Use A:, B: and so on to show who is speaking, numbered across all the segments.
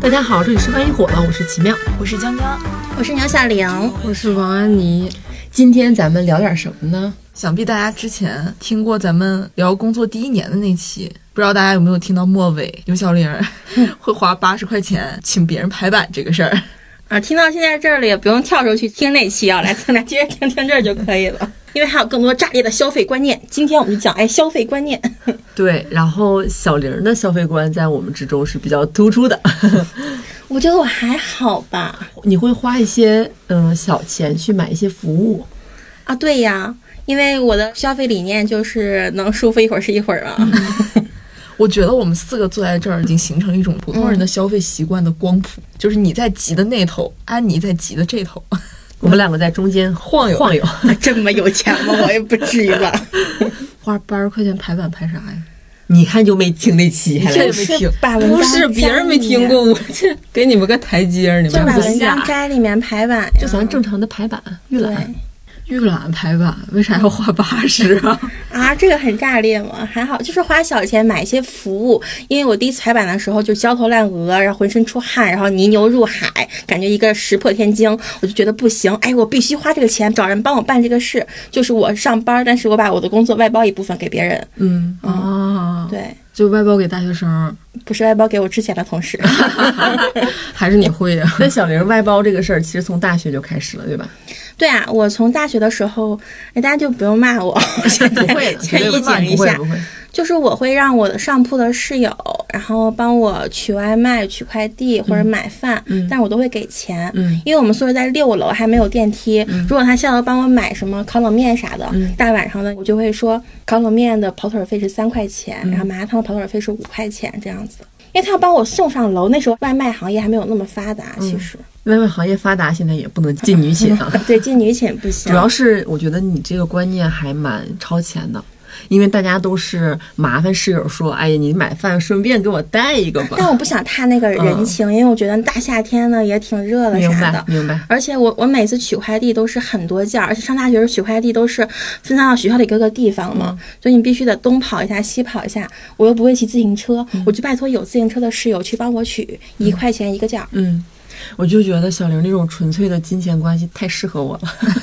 A: 大家好，这里是万一火了，我是奇妙，
B: 我是江江，
C: 我是牛小玲。
D: 我是王安妮。
A: 今天咱们聊点什么呢？
B: 想必大家之前听过咱们聊工作第一年的那期，不知道大家有没有听到末尾刘小 玲儿会花八十块钱请别人排版这个事儿。
C: 啊，听到现在这里也不用跳出去听那期啊，来，咱俩接着听听这儿就可以了。因为还有更多炸裂的消费观念，今天我们就讲哎消费观念。
D: 对，然后小玲儿的消费观在我们之中是比较突出的。
C: 我觉得我还好吧。
D: 你会花一些嗯、呃小钱去买一些服务，
C: 啊，对呀，因为我的消费理念就是能舒服一会儿是一会儿啊嘛。
B: 我觉得我们四个坐在这儿已经形成一种普通人的消费习惯的光
D: 嗯
B: 谱，就是你在急的那头，安妮在急的这头。
D: 我们两个在中间晃悠晃 悠。
B: 哎
C: 那 这么有钱吗？我也不至于吧。
B: 花八十块钱排版排啥呀？
D: 你看就没听那期，还
B: 这
D: 来
B: 也没听。
C: 把文章
D: 不是别人没听过，我这给你们个台阶儿，你
C: 摘
D: 们
C: 里面， 就把
D: 不
C: 文章
D: 下。
C: 摘里面排版呀，
D: 就咱正常的排版预
C: 对
D: 览，
B: 预览排版为啥要花八十 啊？
C: 啊，这个很炸裂嘛，还好，就是花小钱买一些服务。因为我第一次排版的时候就焦头烂额，然后浑身出汗，然后泥牛入海，感觉一个石破天惊，我就觉得不行，哎，我必须花这个钱找人帮我办这个事。就是我上班，但是我把我的工作外包一部分给别人，
B: 嗯啊，
D: 哦
C: 对，
B: 就外包给大学生，
C: 不是外包给我之前的同事。
B: 还是你会啊呀、
D: 哎那小玲外包这个事儿，其实从大学就开始了，对吧？
C: 对啊，我从大学的时候，哎，大家就不用骂我，
D: 不会的，绝
C: 先
D: 对
C: 预
D: 不会
C: 警一
D: 不会
C: 下
D: 不，会。
C: 就是我会让我的上铺的室友，然后帮我取外卖、取快递或者买饭，但我都会给钱，
D: 嗯
C: 因为我们宿舍在六楼，还没有电梯。如果他下楼帮我买什么烤冷面啥的，
D: 嗯
C: 大晚上的我就会说烤冷面的跑腿费是三块钱，
D: 嗯
C: 然后麻辣烫的跑腿费是五块钱这样子。因为他要帮我送上楼，那时候外卖行业还没有那么发达，
D: 嗯
C: 其实、
D: 外卖行业发达，现在也不能进女寝 啊。
C: 对进女寝不行
D: 主。要是我觉得你这个观念还蛮超前的，因为大家都是麻烦室友说：“哎呀，你买饭顺便给我带一个吧。
C: 但我不想踏那个人情，因为我觉得大夏天的也挺热”的
D: 嗯明
C: 啥
D: 白
C: 的，。
D: 明白。
C: 而且我我每次取快递都是很多件儿，而且上大学时候取快递都是分散到学校里各个地方嘛，所以你必须得东跑一下西跑一下。我又不会骑自行车，我就拜托有自行车的室友去帮我取，一块钱一个件儿。
D: 嗯，我就觉得小玲那种纯粹的金钱关系太适合 我了。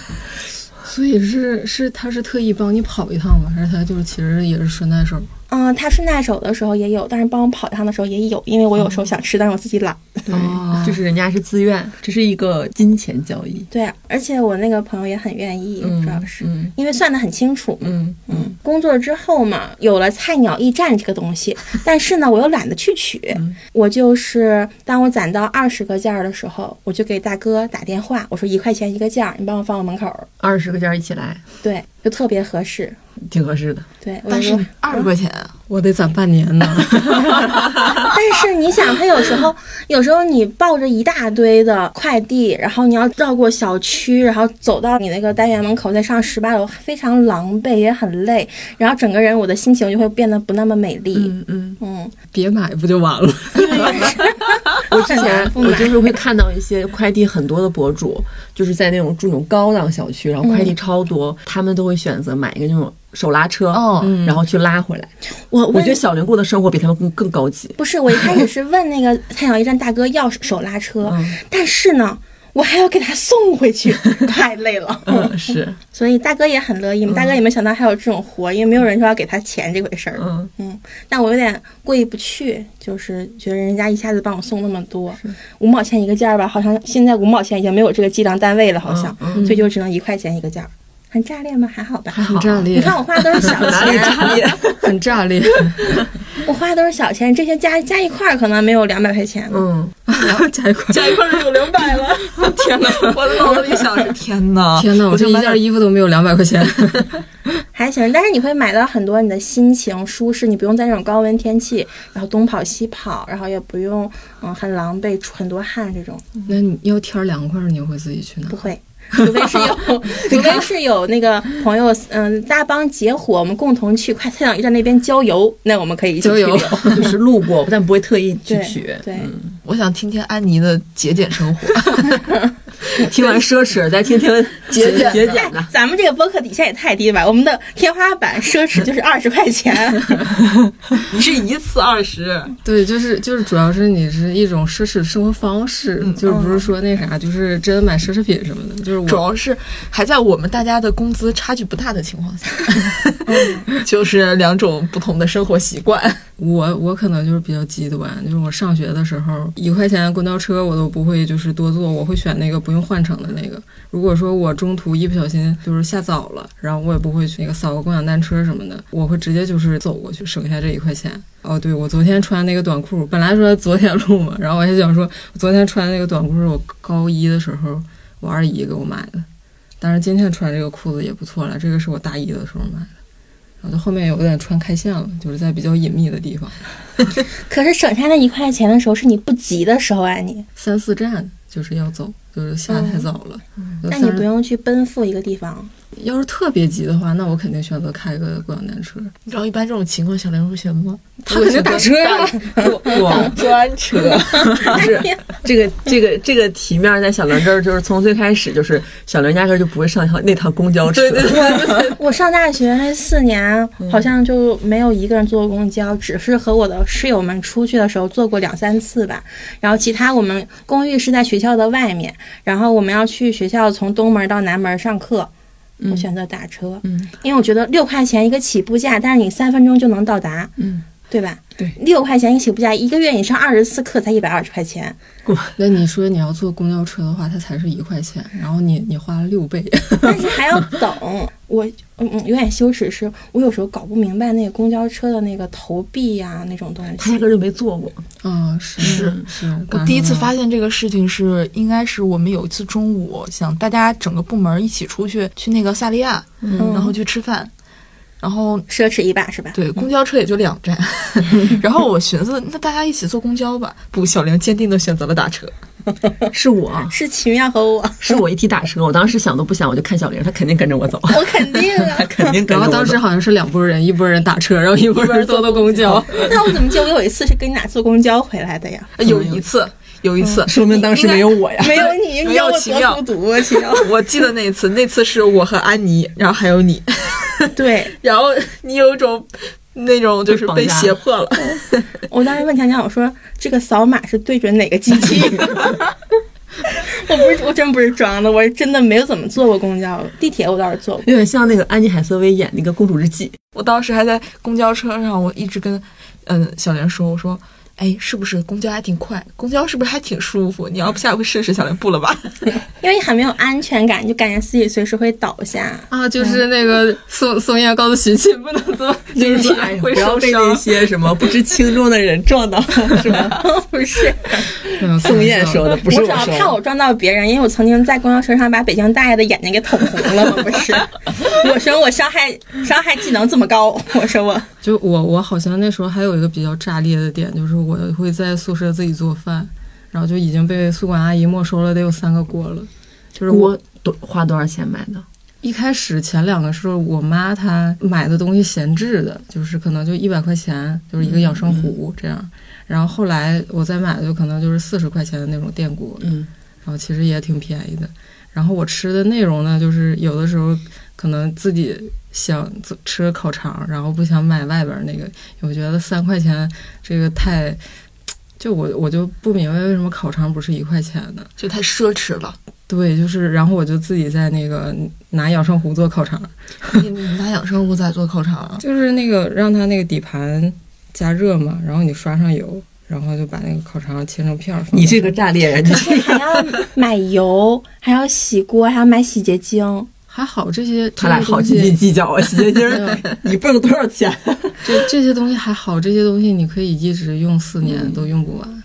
B: 所以是是他是特意帮你跑一趟吗？还是他就是其实也是顺带手？
C: 嗯，他顺带手的时候也有，但是帮我跑一趟的时候也有，因为我有时候想吃，但是我自己懒。
B: 哦
D: 就是人家是自愿，这是一个金钱交易。
C: 对，而且我那个朋友也很愿意，主要是、
D: 嗯
C: 因为算得很清楚。
D: 嗯嗯，
C: 工作之后嘛，有了菜鸟驿站这个东 西，但是呢，我又懒得去取。
D: 嗯
C: 我就是当我攒到二十个件儿的时候，我就给大哥打电话，我说一块钱一个件儿，你帮我放我门口儿。
D: 二十个件儿一起来，
C: 对，就特别合适。
D: 挺合适的。
C: 对，我
B: 但
C: 就是
B: 二十块钱，我得攒半年呢。
C: 但是你想，他有 时候，有时候你抱着一大堆的快递，然后你要绕过小区，然后走到你那个单元门口，再上十八楼，非常狼狈，也很累。然后整个人我的心情就会变得不那么美丽。
D: 嗯嗯，
C: 嗯，
B: 别买不就完了？
D: 我之前
C: 很不
D: 我
C: 满
D: 就是会看到一些快递很多的博主，就是在那种住那种高档小区，然后
B: 嗯
D: 快递超多，他们都会选择买一个那种手拉车，
B: 哦
D: 嗯然后去拉回来。
C: 我
D: 我
C: 问
D: 觉得小玲过的生活比他们更更高级。
C: 不是，我一开始是问那个 菜鸟驿站大哥要手拉车，
D: 嗯
C: 但是呢，我还要给他送 回去，太累了。
D: 嗯，是，
C: 所以大哥也很乐意嘛，大哥也没想到还有这种活，因为没有人说要给他钱这回事儿。
D: 嗯，
C: 嗯，但我有点过意不去，就是觉得人家一下子帮我送那么多，五毛钱一个件儿吧，好像现在五毛钱已经没有这个计量单位了，好像，
D: 嗯
C: 所以就只能一块钱一个件儿，很炸裂吗？还好吧。
B: 很炸
C: 你
B: 裂，
C: 看我花的都 是小钱，
B: 很炸裂。
C: 我花的都是小钱，这些加加一块儿可能没有两百块钱。
D: 嗯，
B: 加一块，
C: 加一块就有两百了，
B: 天哪！
D: 我的脑子里想是 天哪
B: 天啊哪！我这一
D: 件
B: 件衣服都没有两百块钱。
C: 还行。但是你会买到很多你的心情舒适，你不用在那种高温天气，然后东跑西跑，然后也不用嗯很狼狈出很多汗这种，
B: 那你要天儿凉快儿，你会自己去拿
C: 不？会。除非是有，除非是有那个朋友，嗯，大帮结伙，我们共同去快菜鸟驿站那边郊游，那我们可以一起去
B: 郊游
C: 游。
D: 就是路过，但不会特意去
C: 对
D: 取。
C: 对，
B: 我想听听安妮的节俭生活。
D: 听完奢侈，再听听节
B: 节俭的
D: 节俭 的。
C: 哎咱们这个播客底线也太低了吧？我们的天花板奢侈就是二十块钱，
B: 是一次二十，
E: 对，就是就是，主要是你是一种奢侈生活方式，就是不是说那啥，就是真买奢侈品什么的，就是
B: 嗯主
E: 我
B: 要是还在我们大家的工资差距不大的情 况下，就是两种不同的生活习 惯。
E: 我我可能就是比较极端，就是我上学的时候，一块钱公交车我都不会，就是多坐，我会选那个不用换乘的那个。如果说我中途一不小心就是下早了，然后我也不会去那个扫个共享单车什么的，我会直接就是走过去省下这一块钱。哦，对，我昨天穿那个短裤，本来说昨天录嘛，然后我还想说，我昨天穿那个短裤是我高一的时候我二姨给我买的，但是今天穿这个裤子也不错了，这个是我大一的时候买的。然后就后面有点穿开线了，就是在比较隐秘的地方。
C: 可是省下那一块钱的时候是你不急的时候啊你，
E: 三四站就是要走，就是下
B: 哦
E: 太早了。
B: 嗯
E: 就
C: 那
E: 三
C: 你不用去奔赴一个地方，
E: 要是特别急的话，那我肯定选择开个共享单车。
B: 你知道一般这种情况小玲会选吗？
E: 他肯定打车啊呀、
D: 我我
B: 专车，
D: 不是这个这个这个题面在小玲这儿，就是从最开始就是小玲压根儿就不会上一趟那趟公交车。对对对，
C: 我上大学那四年，
A: 嗯
C: 好像就没有一个人坐过公交，只是和我的室友们出去的时候坐过两三次吧。然后其他我们公寓是在学校的外面，然后我们要去学校从东门到南门上课，我选择打车，
A: 嗯
C: 因为我觉得六块钱一个起步价，但是你三分钟就能到达，
A: 嗯，
C: 对吧？
A: 对，
C: 六块钱一起步价，一个月你上二十次课才一百二十块钱，
E: 那你说你要坐公交车的话，它才是一块钱，然后你你花了六倍。
C: 但是还要等。我嗯嗯，有点羞耻是，我有时候搞不明白那个公交车的那个投币呀、那种东
D: 他压
C: 西。
D: 根儿就没坐过。
E: 啊、是是是，
B: 我
E: 赶
B: 第一次
E: 上了
B: 发现这个事情是，应该是我们有一次中午想大家整个部门一起出去去那个萨利亚，
C: 嗯
B: 然后去吃饭，然后
C: 奢侈一把是吧？
B: 对公交车也就两站，然后我寻思那大家一起坐公交吧，不，小玲坚定的选择了打车，
D: 是我，啊
C: 是奇妙和我，
D: 是我一提打车，我当时想都不想，我就看小玲，她肯定跟着我走，
C: 我肯定啊
D: 她。 肯定跟着我
E: 然后
D: 走。
E: 当时好像是两拨人，一拨人打车，然后一拨人坐的公交。
C: 那我怎么记得我有一次是跟你俩坐公交回来的呀？
B: 呃有一次，有一次，
D: 嗯说明当时没有我呀。
C: 没有你，你
B: 没
C: 知道
B: 有
C: 我
B: 奇妙
C: 多孤独啊，奇妙。
B: 我记得那一次，那次是我和安妮，然后还有你，
C: 对
B: 然后你有一种那种就是
D: 被绑
B: 被
D: 架
B: 胁迫了，
C: 我当时问强强，我说这个扫码是对准哪个机器？ 我不是，我真不是装的，我是真的没有怎么坐过公交，地铁我倒是坐过。
D: 有点像那个安妮海瑟薇演那个《公主日记》，
B: 我当时还在公交车上，我一直跟嗯小莲说，我说。哎，是不是公交还挺快？公交是不是还挺舒服？你要不下回试试小莲不了吧？
C: 因为你很没有安全感，就感觉自己随时会倒下。
E: 啊，就是那个宋宋焰告诉徐沁不能 坐地
D: 就是
E: 铁
D: 说，哎呀，
E: 会
D: 不要
E: 受
D: 被那
E: 伤。
D: 些什么不知轻重的人撞到， 是吧？
C: 不是，
E: 没有开玩笑
D: 宋焰说的，不是
C: 我主要
D: 说
C: 怕我
D: 的。
C: 撞到别人，因为我曾经在公交车上把北京大爷的眼睛给捅红了嘛，不是？我说我伤害伤害技能这么高，我说我
E: 就我我好像那时候还有一个比较炸裂的点，就是我会在宿舍自己做饭，然后就已经被宿管阿姨没收了得有三个锅了。就是我
D: 锅多花多少钱买的？
E: 一开始前两个是我妈她买的东西闲置的，就是可能就一百块钱，就是一个养生壶这样。然后后来我再买的就可能就是四十块钱的那种电锅，
D: 嗯，
E: 然后其实也挺便宜的。然后我吃的内容呢，就是有的时候可能自己想自吃烤肠，然后不想买外边儿那个，因为我觉得三块钱这个太，就我我就不明白为什么烤肠不是一块钱呢？
B: 就太奢侈了。
E: 对，就是然后我就自己在那个拿养生壶做烤肠，
B: 你你拿养生壶咋做烤肠啊？
E: 就是那个让它那个底盘加热嘛，然后你刷上油，然后就把那个烤肠切成片儿放。
D: 你这个炸裂人， 你这
C: 还要买油，还要洗锅，还要买洗洁精。
E: 还好这些，
D: 他俩好
E: 这
D: 斤斤
E: 些东西
D: 计较啊！洗洁精
E: 没有
D: 儿， 你蹦多少钱？
E: 这这些东西还好，这些东西你可以一直用四年都用不完。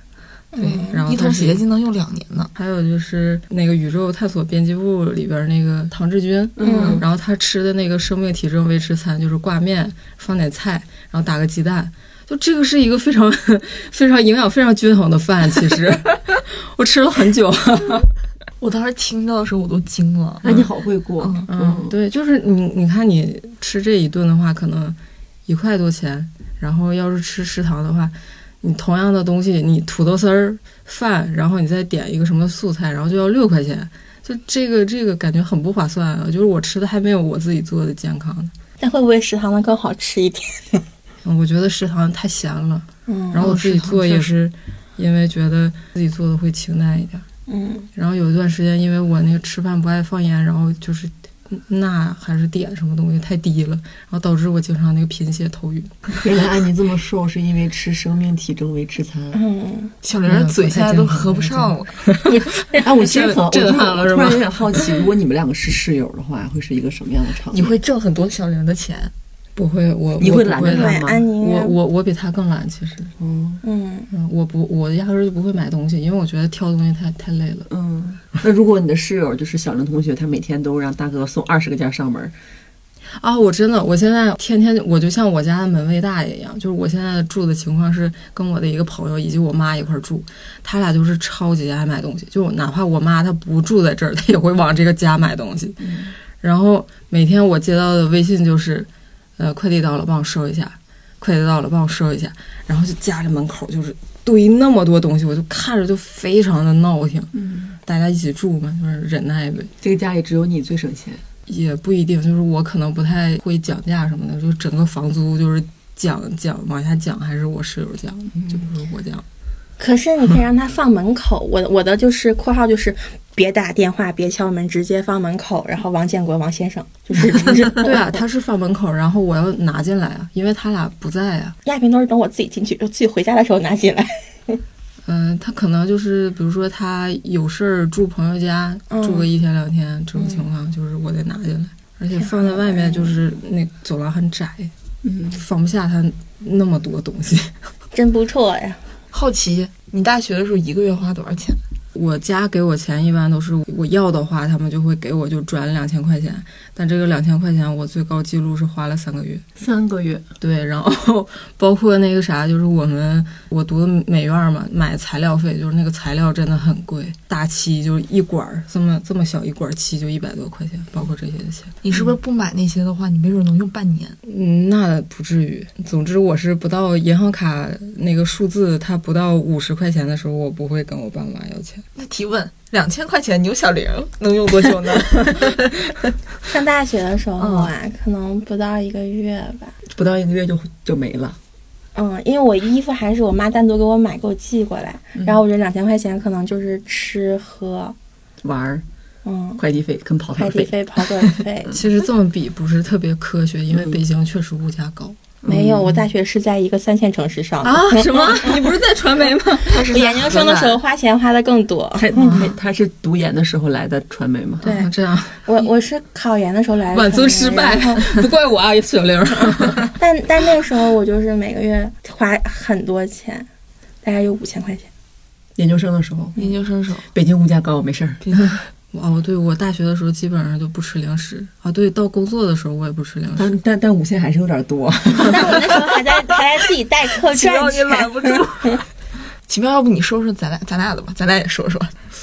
E: 对，然后
B: 嗯一
E: 它
B: 桶洗
E: 是
B: 洁精能用两年呢。
E: 还有就是那个宇宙探索编辑部里边那个唐志军，
C: 嗯，
E: 然后他吃的那个生命体征维持餐就是挂面，放点菜，然后打个鸡蛋，就这个是一个非常 非常营养非常均衡的饭。其 实我吃了很久，
B: 我当时听到的时候我都惊了，
D: 哎，你好会过，
E: 嗯，对，就是你你看你吃这一顿的话，可能一块多钱，然后要是吃食堂的话，你同样的东西，你土豆丝儿饭，然后你再点一个什么素菜，然后就要六块钱。就这个这个感觉很不划算啊！就是我吃的还没有我自己做的健康呢。
C: 但会不会食堂的更好吃一点？
E: 嗯我觉得食堂太咸了，
C: 嗯
E: 然后我
B: 哦
E: 自己
B: 食堂
E: 做
B: 确
E: 也是，因为觉得自己做的会清淡一点。
C: 嗯，
E: 然后有一段时间，因为我那个吃饭不爱放盐，然后就是钠还是碘什么东西太低了，然后导致我经常那个贫血头晕。
D: 原来安妮这么瘦是因为吃生命体征维持餐。
C: 嗯，
B: 小玲儿嘴现在都合不上了。
D: 哎，我其实很，我
E: 震撼了
D: 突
E: 是吧
D: 然有点好奇，如果你们两个是室友的话，会是一个什么样的场景？
B: 你会挣很多小玲儿的钱，
E: 不会，我
D: 你
E: 我
D: 会
E: 不
D: 懒
E: 会
D: 得
E: 的
D: 买
C: 对，
D: 吗
C: 安妮，
E: 我我我比他更懒，其实，
D: 嗯
C: 嗯，
E: 嗯，我不我压根儿就不会买东西，因为我觉得挑东西太太累了。
D: 嗯。那如果你的室友就是小林同学，他每天都让大哥送二十个件上门，
E: 啊，我真的，我现在天天我就像我家的门卫大爷一样，就是我现在住的情况是跟我的一个朋友以及我妈一块儿住，他俩就是超级爱买东西，就哪怕我妈她不住在这儿，她也会往这个家买东西。
B: 嗯
E: 然后每天我接到的微信就是，呃，快递到了，帮我收一下，快递到了，帮我收一下，然后就家里门口就是堆那么多东西，我就看着就非常的闹挺。
B: 嗯
E: 大家一起住嘛，就是忍耐呗。
D: 这个家里只有你最省钱。
E: 也不一定，就是我可能不太会讲价什么的，就整个房租就是讲讲往下讲，还是我室友讲，就不是我讲。
C: 可是你可以让他放门口，我我的就是括号就是。别打电话，别敲门，直接放门口。然后王建国王先生就是
E: 对啊，他是放门口，然后我要拿进来啊，因为他俩不在啊。
C: 亚平都是等我自己进去，就自己回家的时候拿进来。
E: 嗯、他可能就是比如说他有事儿住朋友家，
C: 嗯
E: 住个一天两天这种情况，就是我得拿进来，而且嗯放在外面就是那走廊很窄，
D: 嗯，
E: 放不下他那么多东西。
C: 真不错呀。
B: 好奇，你大学的时候一个月花多少钱？
E: 我家给我钱一般都是我要的话，他们就会给我就转两千块钱，但这个两千块钱我最高记录是花了三个月。
D: 三个月，
E: 对，然后包括那个啥，就是我们我读的美院嘛，买材料费就是那个材料真的很贵，大漆就是一管儿这么这么小一管儿漆就一百多块钱，包括这些的钱。
B: 你是不是不买那些的话，你没准能用半年？
E: 嗯，那不至于。总之我是不到银行卡那个数字它不到五十块钱的时候，我不会跟我爸妈要钱。。
B: 那提问，两千块钱你有小玲儿能用多久 呢？
C: 上大学的时候啊，可能不到一个月吧。
D: 不到一个月就就没了。
C: 嗯，因为我衣服还是我妈单独给我买，给我寄过来。然后我这两千块钱可能就是吃喝，
D: 玩儿、
C: 嗯，
D: 快递费跟跑
C: 快
D: 腿
C: 递
D: 费，
C: 费、跑腿嗯费
E: 其实这么比不是特别科 学，因为
D: 嗯
E: 北京确实物价高。
C: 没有，我大学是在一个三线城市上的。
B: 啊
E: 什么？你不是在传媒吗？
C: 我研究生的时候花钱花的更多。
D: 他他他是读研的时候来的传媒吗？
C: 对
E: 啊这 样
C: 我我是考研的时候来的
E: 挽
C: 成
E: 尊
C: 都
E: 失败
C: 然后，
E: 不怪我啊，小玲。
C: 但但那个时候我就是每个月花很多钱，大概有五千块 钱。
D: 研究生的时候，
B: 研究生手，
D: 北京物价高，没事儿。
E: 哦，对，我大学的时候基本上就不吃零食啊。对，到工作的时候我也不吃
B: 嗯
E: 零食。
D: 但但但五千还是有点多。
C: 但我那时候还在还在自己代课赚钱。
B: 不住。 奇妙，要不你说说咱俩咱俩的吧，咱俩也说说。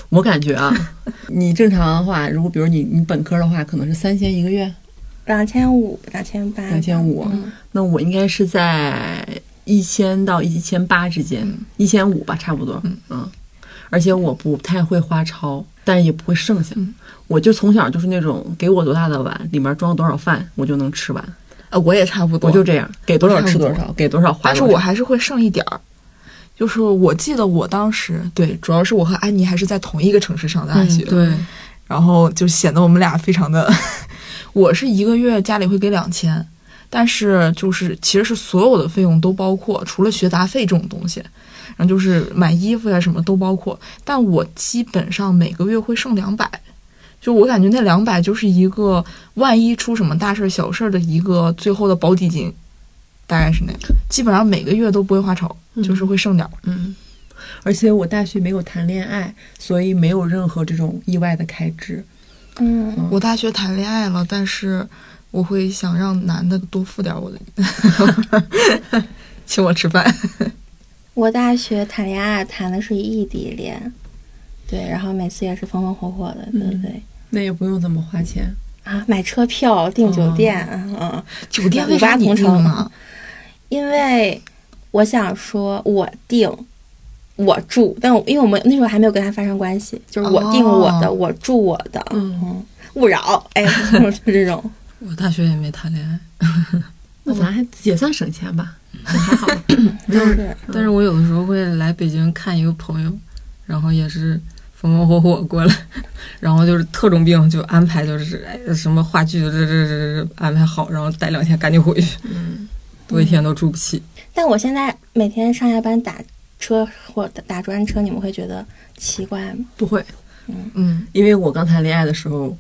D: 我感觉啊， 你正常的话，如果比如你你本科的话，可能是三千一个月，
C: 两千五、两千八、
D: 两千五。嗯那我应该是在一千到一千八之间，一千五吧，差不嗯多。嗯而且我不太会花超，但也不会剩下。我就从小就是那种给我多大的碗，里面装多少饭，我就能吃完。
B: 啊，我也差不多，
D: 我就这样，给多少
B: 差不
D: 吃多
B: 多
D: 少，给多少花
B: 但是
D: 多
B: 我
D: 少。
B: 还是会剩一点儿。就是我记得我当时对，主要是我和安妮还是在同一个城市上大学，
E: 嗯对，
B: 然后就显得我们俩非常的。 我是一个月家里会给两千，但是就是其实是所有的费用都包括，除了学杂费这种东西，然后就是买衣服呀什么都包括。但我基本上每个月会剩两百，就我感觉那两百就是一个万一出什么大事儿小事儿的一个最后的保底金，大概是那样。基本上每个月都不会花超，就是会剩点儿。
D: 嗯，而且我大学没有谈恋爱，所以没有任何这种意外的开支。
C: 嗯，
B: 我大学谈恋爱了，但是我会想让男的多付点我的， 请我吃饭。
C: 我大学谈恋爱谈的是异地恋，对，然后每次也是风风火火的，对
B: 嗯
C: 对对。
D: 那也不用怎么花钱，
C: 啊，买车票、订酒店，嗯、嗯，
B: 哦酒店
C: 五
B: 为啥
C: 八
B: 你
C: 同
B: 订
C: 城
B: 啊？
C: 因为我想说，我订，我住，但我因为我们那时候还没有跟他发生关系，就是我定我的，
B: 哦
C: 我住我的，嗯，勿扰，哎，就是这种。
E: 我大学也没谈恋爱，
D: 那咱还也算省钱吧，还好。
C: 就是
E: 但是我有的时候会来北京看一个朋友，然后也是风风火火过来， 然后就是特种兵就安排就是哎什么话剧这这这这安排好，然后待两天赶紧回去，
B: 嗯
E: 多一天都住不起。
D: 嗯
C: 但我现在每天上下班打车或打打专车，你们会觉得奇怪吗？
D: 不会，
B: 嗯，
D: 因为我刚谈恋爱的时候，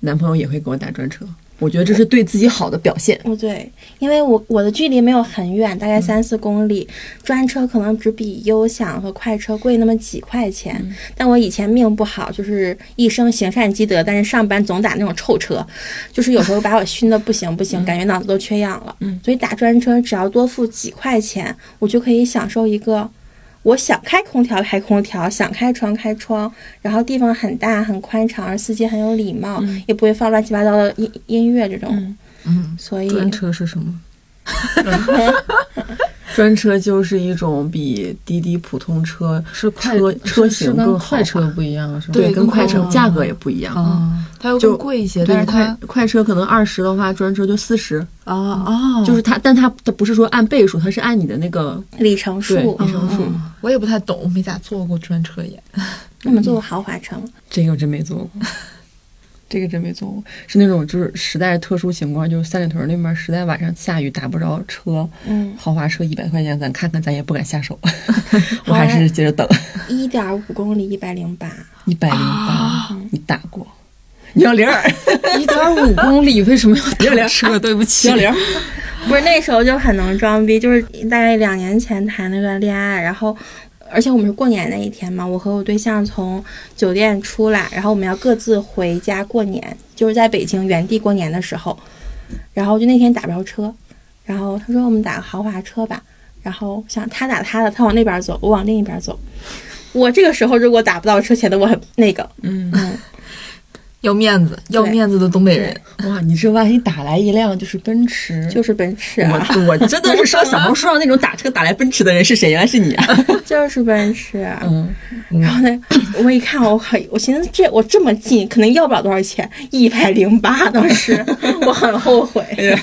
D: 男朋友也会给我打专车，我觉得这是对自己好的表现。
C: 不对，因为我我的距离没有很远，大概三四公里，专车可能只比优享和快车贵那么几块钱。但我以前命不好，就是一生行善积德，但是上班总打那种臭车，就是有时候把我熏得不行不行，感觉脑子都缺氧了。所以打专车只要多付几块钱，我就可以享受一个。我想开空调开空调，想开窗开窗，然后地方很大很宽敞，而司机很有礼貌，也不会放乱七八糟的音音乐这种。所以
E: 专车是什么？
D: 专车就是一种比滴滴普通车
E: 是快
D: 车车
E: 是是
D: 型
E: 跟
D: 更好
E: 快车
D: 吧
E: 不一样是吧？
D: 对，哦
B: 对
D: 跟快车
B: 更
D: 价格也不一样。
E: 啊
B: 嗯它又
D: 就
B: 更贵一些，
D: 对
B: 但是它啊
D: 快快车可能二十的话，专车就四十、
E: 啊啊！
D: 就是它，但它它不是说按倍数，它是按你的那个
C: 里程
D: 对
C: 数，嗯
D: 里程数。嗯
B: 我也不太懂，我没咋坐过专车也。
C: 那么坐过豪华车吗？
E: 这个我真没坐过，
D: 这个真没坐过，是那种就是实在是特殊情况，就是三里屯那边实在晚上下雨打不着车，
C: 嗯，
D: 豪华车一百块钱，咱看看，咱也不敢下 手，我
C: 还
D: 还
C: 是
D: 是接着 等。
C: 嗯一点五公里一百零八，
D: 一百零八，你打过？幺零 儿，
E: 一点五公里 为什么要打车？对不起，
D: 幺零儿，
C: 不是那时候就很能装逼，就是大概两年前谈那段恋爱，然后。而且我们是过年那一天嘛，我和我对象从酒店出来，然后我们要各自回家过年，就是在北京原地过年的时候，然后就那天打不着车，然后他说我们打个豪华车吧，然后想他打他的，他往那边走，我往另一边走，我这个时候如果打不到车，显得我很那个，
D: 嗯，
C: 嗯，
B: 要面子，要面子的东北人，
D: 哇，你这万一打来一辆就是奔驰，
C: 就是奔驰啊，
D: 我我真的是上小红书上那种打车打来奔驰的人是谁？原来是你啊！
C: 就是奔驰。
D: 嗯，
C: 然后呢，我一看，我很，我寻思这我这么近，可能要不了多少钱，一百零八当 时，我很后悔。
B: 哎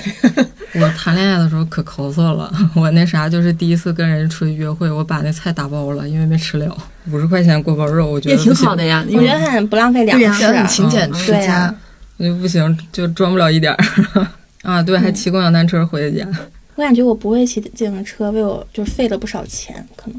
E: 我谈恋爱的时候可抠搜了， 我那啥就是第一次跟人出去约会，我把那菜打包了，因为没吃了，五十块钱锅包肉，我觉
D: 也
E: 得
D: 挺
E: 不行
D: 好的，呀，因
C: 我觉
D: 为
C: 得很不浪费粮食
B: 觉得
C: 啊
B: 很，勤俭持
C: 对
B: 家
C: 啊。
E: 我就不行，就装不了一点儿 啊。对，还骑共享单车回的家，
C: 我感觉我不会骑自行车，为我就费了不少钱，可能。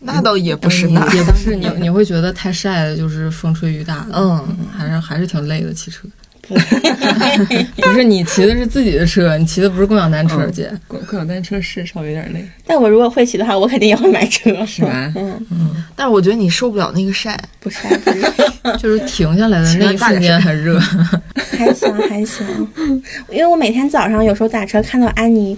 B: 那倒也不是那，
E: 也不 是你，你会觉得太晒了，就是风吹雨打的，
B: 嗯，
E: 还是还是挺累的骑车。
C: 不会
E: 不是你骑的是自己的车，你骑的不是共享单车，
D: 嗯
E: 姐。
D: 共共享单车是稍微有点累，
C: 但我如果会骑的话，我肯定也会买车，是
D: 吧
C: 嗯，
B: 但是我觉得你受不了那个晒，
C: 不晒，不晒
E: 就是嗯停下来的那一瞬间很热，
C: 还行还行，因为我每天早上有时候打车看到安妮，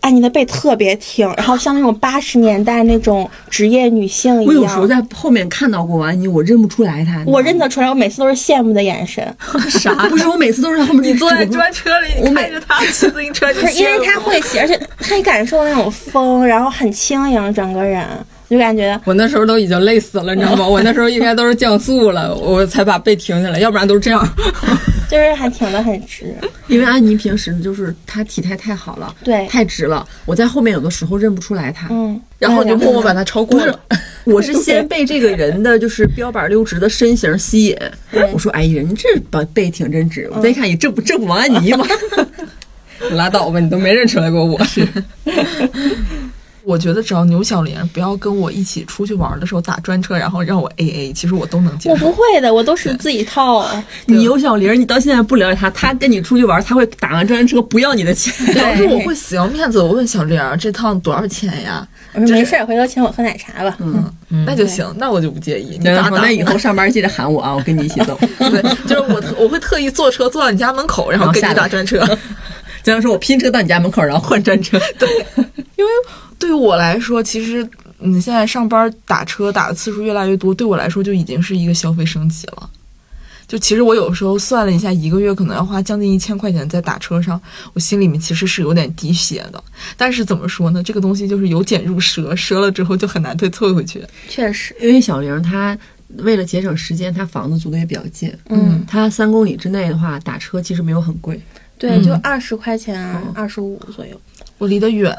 C: 安妮的背特别挺，然后像那种八十年代那种职业女性一
D: 我
C: 样。
D: 有时候在后面看到过安妮，我认不出来她。
C: 我认得出来，我每次都是羡慕的眼神，
D: 啥？ 不是，我每次都是在后面。你
B: 车里，你看着他骑自行车，
C: 不是因为他会骑，而且他感受那种风，然后很轻盈，整个人就感觉
E: 我那时候都已经累死了，你知道 吗？我那时候应该都是降速了，我才把背停下来，要不然都是这样。
C: 就是还挺得很直。
D: 因为安妮平时就是她体态太好了，
C: 对
D: 太直了，我在后面有的时候认不出来她。
C: 嗯，
B: 然后你就默默把他超
D: 不
B: 过
D: 是
B: 了。，
D: 我是先被这个人的就是标板溜直的身形吸引
C: 对。
D: 我说：“哎呀，你这把背挺真直。”我再一看，也这不这不王安妮吗？
E: 拉倒吧，你都没认出来过我。
B: 我觉得只要牛小玲不要跟我一起出去玩的时候打专车，然后让我 A A，其实我都能接
C: 我
B: 受
C: 不。会的，我都是自己套。啊
D: 你有小玲，你到现在不了解她，她跟你出去玩，她会打完专车不要你的 钱。
B: 主要是我会死要面子，我问小玲儿这趟多少钱呀？
C: 我说没事儿，回头请我喝奶茶吧。嗯，
B: 那就行，那我就不介意。你
D: 然
B: 打
D: 后
B: 打
D: 那以后上班记得喊我啊，我跟你一起 走。
B: 对，就是我特我会特意坐车坐到你家门口，然后跟
D: 然后下
B: 你
D: 来
B: 打专车。
D: 这样说，我拼车到你家门口，然后换专车。对，
B: 因为对于我来说，其实你现在上班打车打的次数越来越多，对我来说就已经是一个消费升级了。就其实我有时候算了一下，一个月可能要花将近一千块钱在打车上，我心里面其实是有点滴血的。但是怎么说呢，这个东西就是由俭入奢，奢了之后就很难退退回去。
C: 确实，
D: 因为小玲她为了节省时间，她房子住的也比较近，
C: 嗯，
D: 她三公里之内的话，打车其实没有很贵。
C: 对，就二十块钱，二十五左右。
B: 我离得远，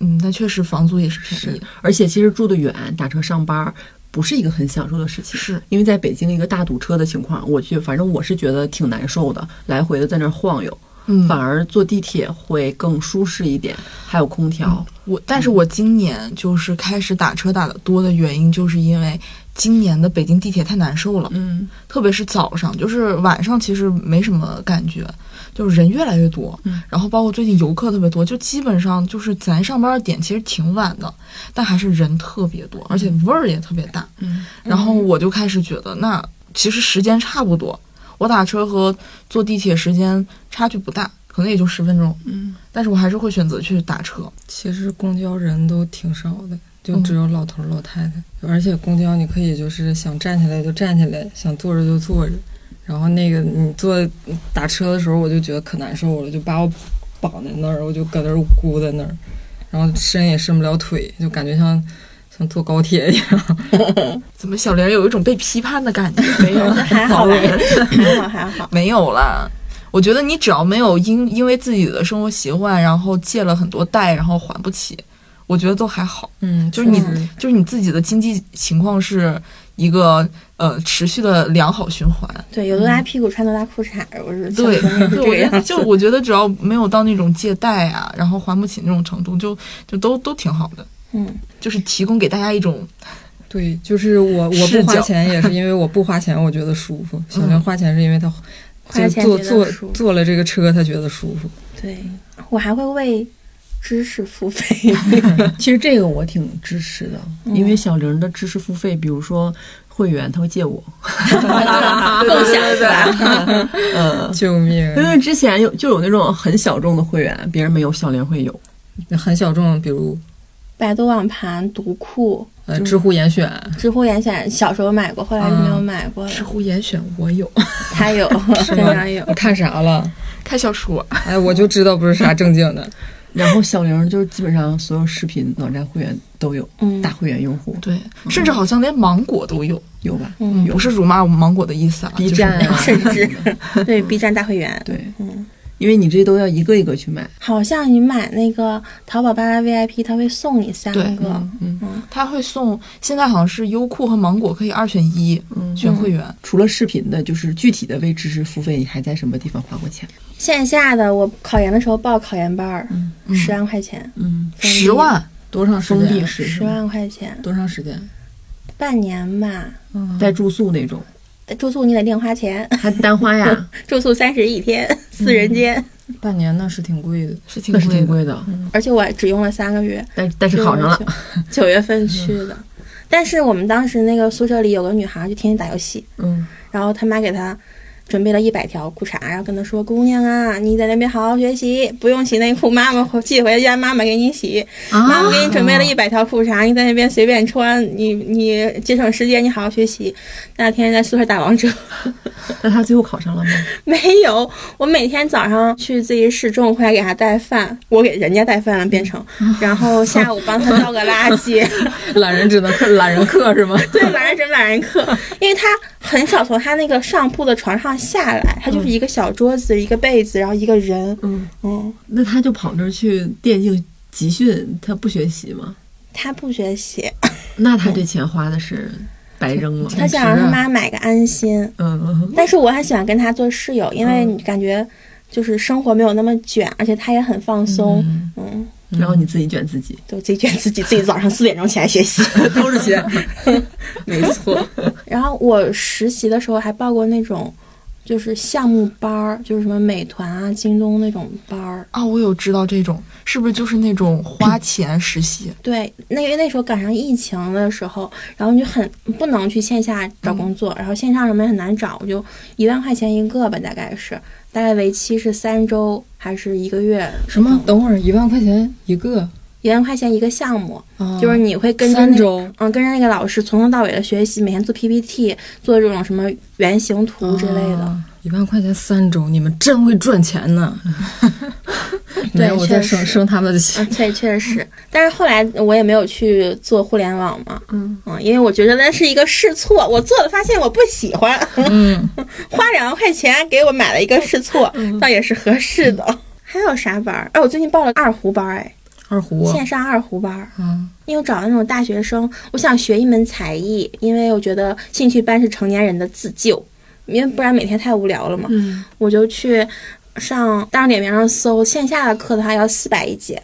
B: 嗯，但确实房租也是便宜。
D: 而且其实住得远，打车上班儿不是一个很享受的事情，
B: 是
D: 因为在北京一个大堵车的情况，我去，反正我是觉得挺难受的，来回的在那儿晃悠，
B: 嗯，
D: 反而坐地铁会更舒适一点，还有空调。
B: 我，但是我今年就是开始打车打的多的原因，就是因为今年的北京地铁太难受了，
D: 嗯，
B: 特别是早上，就是晚上其实没什么感觉，就是人越来越多，
D: 嗯
B: 然后包括最近游客特别多，就基本上就是咱上班的点其实挺晚的，但还是人特别多，而且味儿也特别大，
D: 嗯，
B: 然后我就开始觉得，那其实时间差不多，我打车和坐地铁时间差距不大，可能也就十分钟，
D: 嗯，
B: 但是我还是会选择去打车，
E: 其实公交人都挺少的，就只有老头儿老太太，而且公交你可以就是想站起来就站起来，想坐着就坐着。然后那个你坐打车的时候，我就觉得可难受了，就把我绑在那儿，我就搁那儿箍在那儿，然后伸也伸不了腿，就感觉像像坐高铁一样。
B: 怎么小玲儿有一种被批判的感觉？没有，
C: 还好吧，还好还好。
B: 没有啦。我觉得你只要没有因因为自己的生活习惯，然后借了很多贷，然后还不起，我觉得都还好。
E: 嗯，
B: 就是你
E: 确实，
B: 就是你自己的经济情况是一个呃持续的良好循环。
C: 对，有多大屁股穿多大裤衩，我是
B: 对，
C: 小时候是这
B: 对，
C: 个
B: 我觉得
C: 样子
B: 就。我觉得只要没有到那种借贷啊，然后还不起那种程度，就就都都挺好的。
C: 嗯，
B: 就是提供给大家一种
E: 对，就是我我
B: 视
E: 不花
B: 角
E: 钱也是因为我不花钱，我觉得舒服。小玲
B: 嗯
E: 花钱是因为她
C: 花
E: 就
C: 钱
E: 坐
C: 觉得
E: 坐
C: 舒服
E: 坐了这个车，她觉得舒服。
C: 对，我还会为知识付费。
D: 其实这个我挺支持的，因为小玲的知识付费，比如说会员，她会借我，
C: 共享是吧？
D: 呃。
E: 救命啊！
D: 因为之前有就有那种很小众的会员，别人没有，小玲会有。
E: 很小众，比如
C: 百度网盘、读库、
E: 呃知乎严选，
C: 知乎严选，小时候买过，后来就没有买过了。
B: 乎严选，我有
C: 他有， 非常有
E: 你。看啥了？
B: 看小说，
E: 哎，我就知道不是啥正经 的。
D: 然后小玲就是基本上所有视频网站会员都有，
C: 嗯
D: 大会员用户
B: 对，甚至好像连芒果都有。
D: 有吧？
C: 嗯
D: 有
B: 不是辱骂芒果的意思啊
D: B 站
B: 就是
D: 啊，
C: 甚至对 B 站大会员，
D: 对，
C: 嗯，
D: 因为你这都要一个一个去买，啊
C: 好像你买那个淘宝吧 VIP，他会送你三
B: 对
C: 个。
D: 嗯
B: 他会送，现在好像是优酷和芒果可以二选一
D: 嗯，
B: 选会员。
D: 除了视频的，就是具体的为知识付费，你还在什么地方花过钱？
C: 线下的我考研的时候报考研班儿，十万块钱，
D: 嗯，
C: 封闭
B: 十万，
E: 多长时
D: 封闭
E: 间？
D: 式啊是
C: 十
D: 吗
C: 万块钱，
E: 多长时间？
C: 半年吧。呃
D: 带住宿那种，
C: 住宿你得另花钱，
D: 还单花呀，
C: 住宿三十一天，四人间，
E: 半年那是挺贵的。
B: 是挺
D: 那是挺
B: 的。
D: 贵的，
E: 嗯
C: 而且我只用了三个月，
D: 但但是考上了，
C: 九月 份去的。
D: 嗯
C: 但是我们当时那个宿舍里有个女孩，就天天打游戏，
D: 嗯，
C: 然后他妈给她准备了一百条裤衩，然后跟她说：“姑娘啊，你在那边好好学习，不用洗内裤，妈妈回寄回家，妈妈给你洗。
D: 啊
C: 妈妈给你准备了一百条裤衩，你在那边随便穿，你你节省时间，你好好学习。”那天在宿舍打王者，
D: 那他最后考上了吗？
C: 没有，我每天早上去自习室，中午回来给她带饭，我给人家带饭了，变成，然后下午帮她倒个垃圾。
E: 懒人只能克懒人克是吗？
C: 对，懒人真懒人课，因为他很少从他那个上铺的床上下来，他就是一个小桌子、一个被子，然后一个人。
D: 嗯
C: 嗯，
D: 那他就跑那儿去电竞集训，他不学习吗？
C: 他不学习，
D: 那他这钱花的是白扔了，啊
C: 他想让他妈买个安心。
D: 嗯嗯
C: 但是我很喜欢跟他做室友，因为你感觉就是生活没有那么卷，而且他也很放松。嗯，
D: 嗯，然后你自己卷自己，
C: 就自己卷自己，自己早上四点钟起来学 习。
D: 都是钱，
E: 没错，
C: 然后我实习的时候还报过那种。就是项目班儿，就是什么美团啊、京东那种班儿，
B: 啊，我有知道这种，是不是就是那种花钱实习？
C: 对，那因为那时候赶上疫情的时候，然后你就很不能去线下找工作，然后线上什么也很难找，我就一万块钱一个吧，大概是，大概为期是三周还是一个月？
E: 什么？等会儿一万块钱一个，
C: 一万块钱一个项目，
E: 啊
C: 就是你会跟着
E: 三
C: 那个
E: 周，
C: 嗯，跟着那个老师从头到尾的学习，每天做 PPT，做这种什么原型图之类的。
E: 啊一万块钱三周，你们真会赚钱呢！没有，我在
C: 确实
E: 生生他们的
C: 啊
E: 气。，
C: 确确实
E: 嗯
C: 是，但是后来我也没有去做互联网嘛，嗯因为我觉得那是一个试错，我做了发现我不喜欢，
E: 嗯，
C: 花两万块钱给我买了一个试错，倒也是合适
E: 嗯
C: 的。 还有啥班儿？哎，我最近报了二胡班儿，哎，
E: 二胡，啊
C: 线上二胡班儿。
E: 嗯，
C: 因为我找的那种大学生，我想学一门才艺，因为我觉得兴趣班是成年人的自救，因为不然每天太无聊了嘛。
D: 嗯，
C: 我就去上大众点评上搜线下的课的话要四百一节，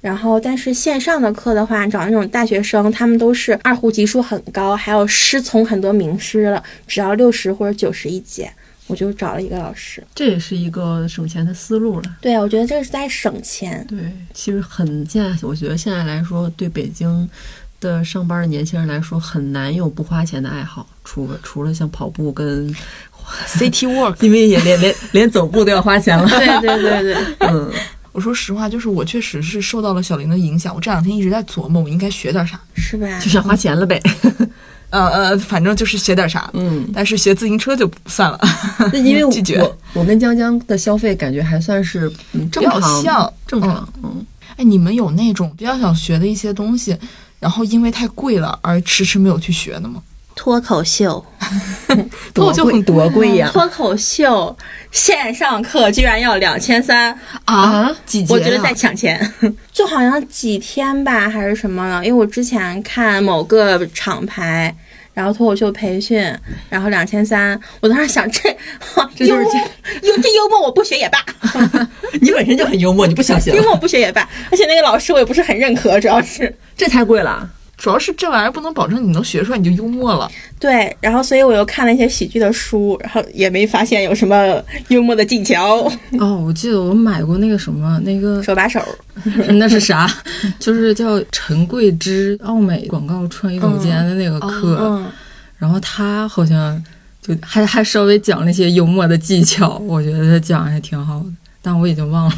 C: 然后但是线上的课的话，找那种大学生，他们都是二胡级数很高，还有师从很多名师了，只要六十或者九十一节。我就找了一个老师，
D: 这也是一个省钱的思路了。
C: 对啊我觉得这是在省钱，
D: 对，其实很现在，我觉得现在来说，对北京的上班的年轻人来说，很难有不花钱的爱好，除了除了像跑步跟
B: City Walk。
D: 因为也连连连走步都要花钱了。
C: 对对对对，
D: 嗯，
B: 我说实话，就是我确实是受到了小林的影响。我这两天一直在琢磨，我应该学点啥。
C: 是吧
D: 就？想花钱了呗。
B: 呃呃，反正就是学点啥。
D: 嗯，
B: 但是学自行车就不算了，
D: 那因为
B: 拒绝
D: 我我跟江江的消费感觉还算是嗯正
B: 比较
D: 常，
B: 像
D: 正常。嗯，
B: 哎，你们有那种比较想学的一些东西，然后因为太贵了而迟迟没有去学的吗？
C: 脱口秀，
B: 脱口秀很
D: 多贵呀
C: 嗯脱口秀线上课居然要两千三，
B: 啊，几节、啊？
C: 我觉得在抢 钱，就好像几天吧还是什么呢？因为我之前看某个厂牌，然后脱口秀培训，然后两千三，我当时想这
D: 这就
C: 幽
D: 是
C: 默， 幽这幽默我不学也罢，
D: 你本身就很幽默，你不想学
C: 幽默我不学也罢，而且那个老师我也不是很认可，主要是。
D: 这太贵了。
B: 主要是这玩意儿不能保证你能学出来，你就幽默了。
C: 对，然后所以我又看了一些喜剧的书，然后也没发现有什么幽默的技巧，
E: 哦，我记得我买过那个什么，那个
C: 手把手。
E: 那是 啥？就是叫陈桂芝奥美广告创意总监的那个课，
C: 嗯，
E: 然后他好像就还还稍微讲了一些幽默的技巧，我觉得他讲得还挺好的，但我已经 忘了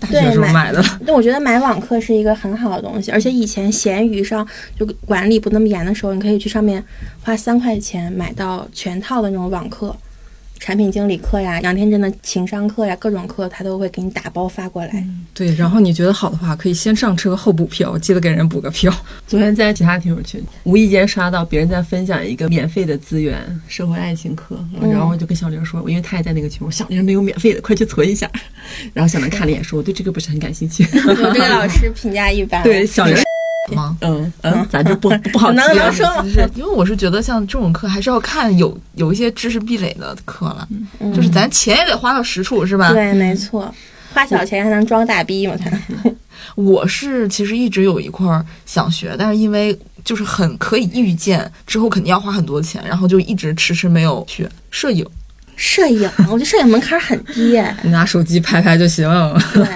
E: 大学时候
C: 对买
E: 买的了。
C: 那我觉得买网课是一个很好的东西，而且以前闲鱼上就管理不那么严的时候，你可以去上面花三块钱买到全套的那种网课，产品经理课呀、杨天真的情商课呀，各种课他都会给你打包发过来。
E: 对，然后你觉得好的话，可以先上车后补票，记得给人补个票。
D: 昨天在其他听友群无意间刷到别人在分享一个免费的资源——社会爱情课，然后我就跟小玲说，因为她也在那个群，我小玲没有免费的，快去存一 下。然后小玲看了一眼，说我 对这个不是很感兴趣。
C: 我这个老师评价一般，
D: 对，小玲，
B: 吗？
D: 嗯嗯，咱就不不好
C: 能
D: 提
C: 能
D: 了。
C: 说吗？
D: 嗯
B: 因为我是觉得像这种课还是要看有有一些知识壁垒的课了，
D: 嗯
B: 就是咱钱也得花到实处，是吧？
C: 对，没错。花小钱还能装大逼嘛？他
B: 我是其实一直有一块儿想学，但是因为就是很可以预见之后肯定要花很多钱，然后就一直迟迟没有学摄影。
C: 摄影，我觉得摄影门槛很低哎。
E: 你拿手机拍拍就行。
C: 对，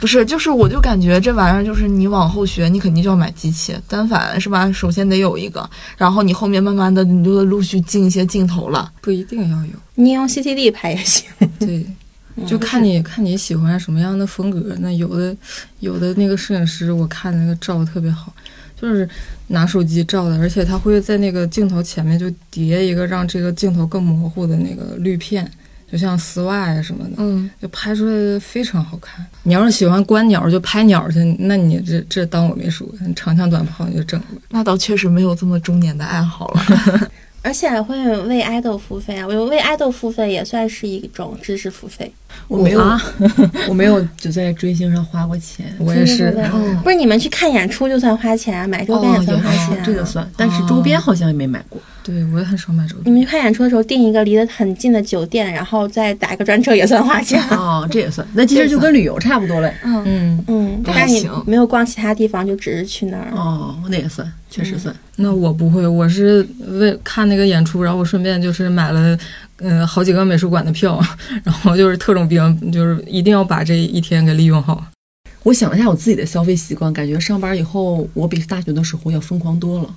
B: 不是，就是我就感觉这玩意儿就是你往后学，你肯定就要买机器，单反是吧？首先得有一个，然后你后面慢慢的你就陆续进一些镜头了。
E: 不一定要有，
C: 你用 CCD 拍也行。
E: 对，
C: 嗯
E: 就看你看你喜欢什么样的风格。那有的有的那个摄影师，我看那个照的特别好，就是拿手机照的，而且他会在那个镜头前面就叠一个让这个镜头更模糊的那个滤片，就像丝袜呀什么的，
B: 嗯，
E: 就拍出来的非常好看。你要是喜欢观鸟就拍鸟去，那你这这当我没说，你长枪短炮你就整吧。
B: 那倒确实没有这么中年的爱好了。
C: 而且会为爱豆付费啊，我觉得为爱豆付费也算是一种知识付费。
D: 我没有
E: 啊，
D: 我没有就在追星上花过钱。
E: 我也是哦
C: 对。对对
B: 嗯
C: 不是你们去看演出就算花钱啊，买周边也算花钱、啊
D: 这个算，哦但是周边好像也没买过。
E: 对，我也很少买周边
C: 你。们去看演出的时候订一个离得很近的酒店，然后再打一个专车也算花钱。
D: 哦，这也算，那其实就跟旅游差不多了。
E: 嗯，
C: 嗯，
B: 那还
C: 但你
B: 行
C: 没有逛其他地方，就只是去那儿。啊
D: 哦，那也算，确实算。
E: 那我不会，我是为看那个演出，然后我顺便就是买了，嗯、好几个美术馆的票， 然后就是特种兵，就是一定要把这一天给利用好。
D: 我想了一下我自己的消费习惯，感觉上班以后我比大学的时候要疯狂多了，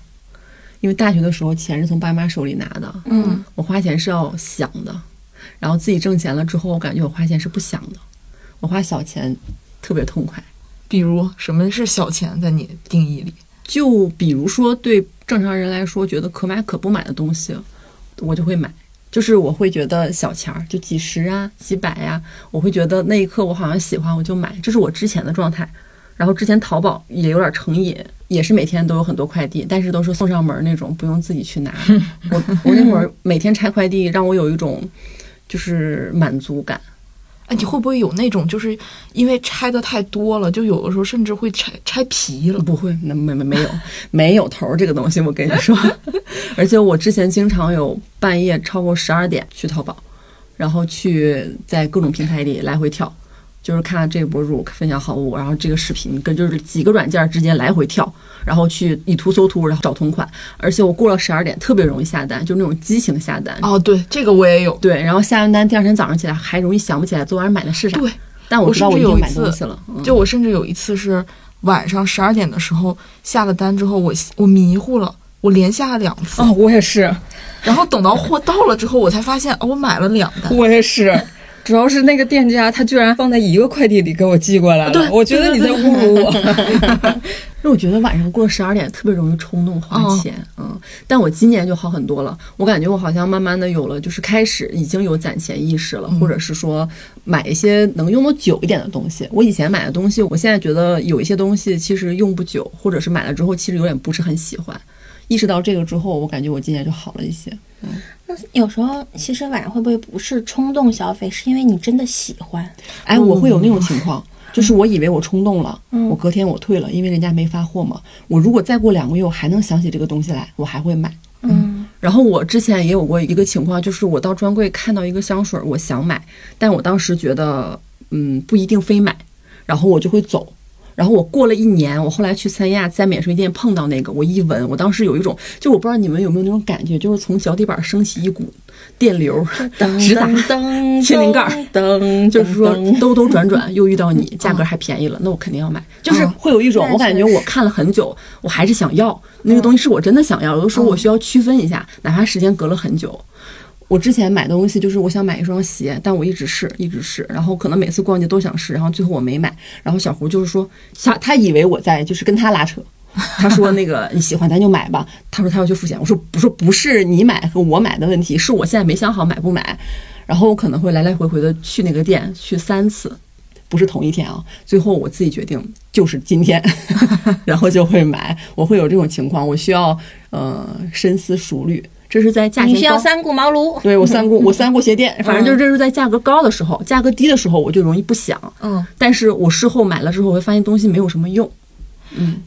D: 因为大学的时候钱是从爸妈手里拿的，
C: 嗯，
D: 我花钱是要想的，然后自己挣钱了之后，我感觉我花钱是不想的，我花小钱特别痛快，
B: 比如什么是小钱，在你定义里，
D: 就比如说，对正常人来说，觉得可买可不买的东西，我就会买。就是我会觉得小钱儿就几十啊、几百呀、我会觉得那一刻我好像喜欢，我就买。这是我之前的状态。然后之前淘宝也有点成瘾，也是每天都有很多快递，但是都是送上门儿那种，不用自己去拿。我我那会儿每天拆快递，让我有一种就是满足感。
B: 哎，你会不会有那种就是因为拆的太多了，就有的时候甚至会拆拆皮了？
D: 不会，那没没没有没有头儿这个东西，我跟你说。 而且我之前经常有半夜超过十二点去淘宝，然后去在各种平台里来回跳，就是看这个博主分享好物，然后这个视频跟就是几个软件之间来回跳，然后去以图搜图，然后找同款。而且我过了十二点特别容易下单，就那种激情下单。
B: 哦，对，这个我也有。
D: 对，然后下完单第二天早上起来还容易想不起来昨晚买的是啥，
B: 对，
D: 但我知道
B: 我
D: 我
B: 甚
D: 已
B: 至
D: 经
B: 有一
D: 买东
B: 次
D: 西了。嗯
B: 就我甚至有一次是晚上十二点的时候下了单之后，我我迷糊了，我连下了两次，
E: 哦，我也是，
B: 然后等到货到了之后，我才发现哦，我买了两单。
E: 我也是。 主要是那个店家，他居然放在一个快递里给我寄过来了，我觉得你在侮辱我。
D: 因为我觉得晚上过十二点特别容易冲动花钱，嗯，但我今年就好很多了。我感觉我好像慢慢的有了，就是开始已经有攒钱意识了，或者是说买一些能用的久一点的东西。我以前买的东西，我现在觉得有一些东西其实用不久，或者是买了之后其实有点不是很喜欢。意识到这个之后，我感觉我今年就好了一些。
C: 那有时候其实晚上会不会不是冲动消费，是因为你真的喜欢？
D: 哎，我会有那种情况，就是我以为我冲动了，我隔天我退了，因为人家没发货嘛。我如果再过两个月我还能想起这个东西来，我还会买。
C: 嗯，
D: 然后我之前也有过一个情况，就是我到专柜看到一个香水儿，我想买，但我当时觉得，嗯，不一定非买，然后我就会走。然后我过了一年，我后来去三亚在免税店碰到那个，我一闻，我当时有一种，就我不知道你们有没有那种感觉，就是从脚底板升起一股电流，直 达
C: 嗯噔
D: 天灵盖儿
C: 噔，
D: 就是说
C: 噔
D: 兜兜转转又遇到你，价格还便宜了，那我肯定要买。就是会有一种
C: 那
D: 我感觉
C: 确实
D: 我看了很久，我还是想要那个东西是我真的想要。有的时候我需要区分一下，哪怕时间隔了很久。我之前买东西就是我想买一双鞋，但我一直试，一直试，然后可能每次逛街都想试，然后最后我没买。然后小胡就是说，他他以为我在就是跟他拉扯，他说那个你喜欢咱就买吧，他说他要去付钱，我说我说不是你买和我买的问题，是我现在没想好买不买，然后我可能会来来回回的去那个店去三次，不是同一天啊，最后我自己决定就是今天， 然后就会买，我会有这种情况，我需要呃深思熟虑，这是在价
C: 你
D: 钱
C: 需要
D: 高。
C: 三嗯顾茅庐。
D: 对我 三顾我三顾鞋店，反正就是这是在价格高的时候，价格低的时候我就容易不想，
B: 嗯，
D: 但是我事后买了之后，我会发现东西没有什么用。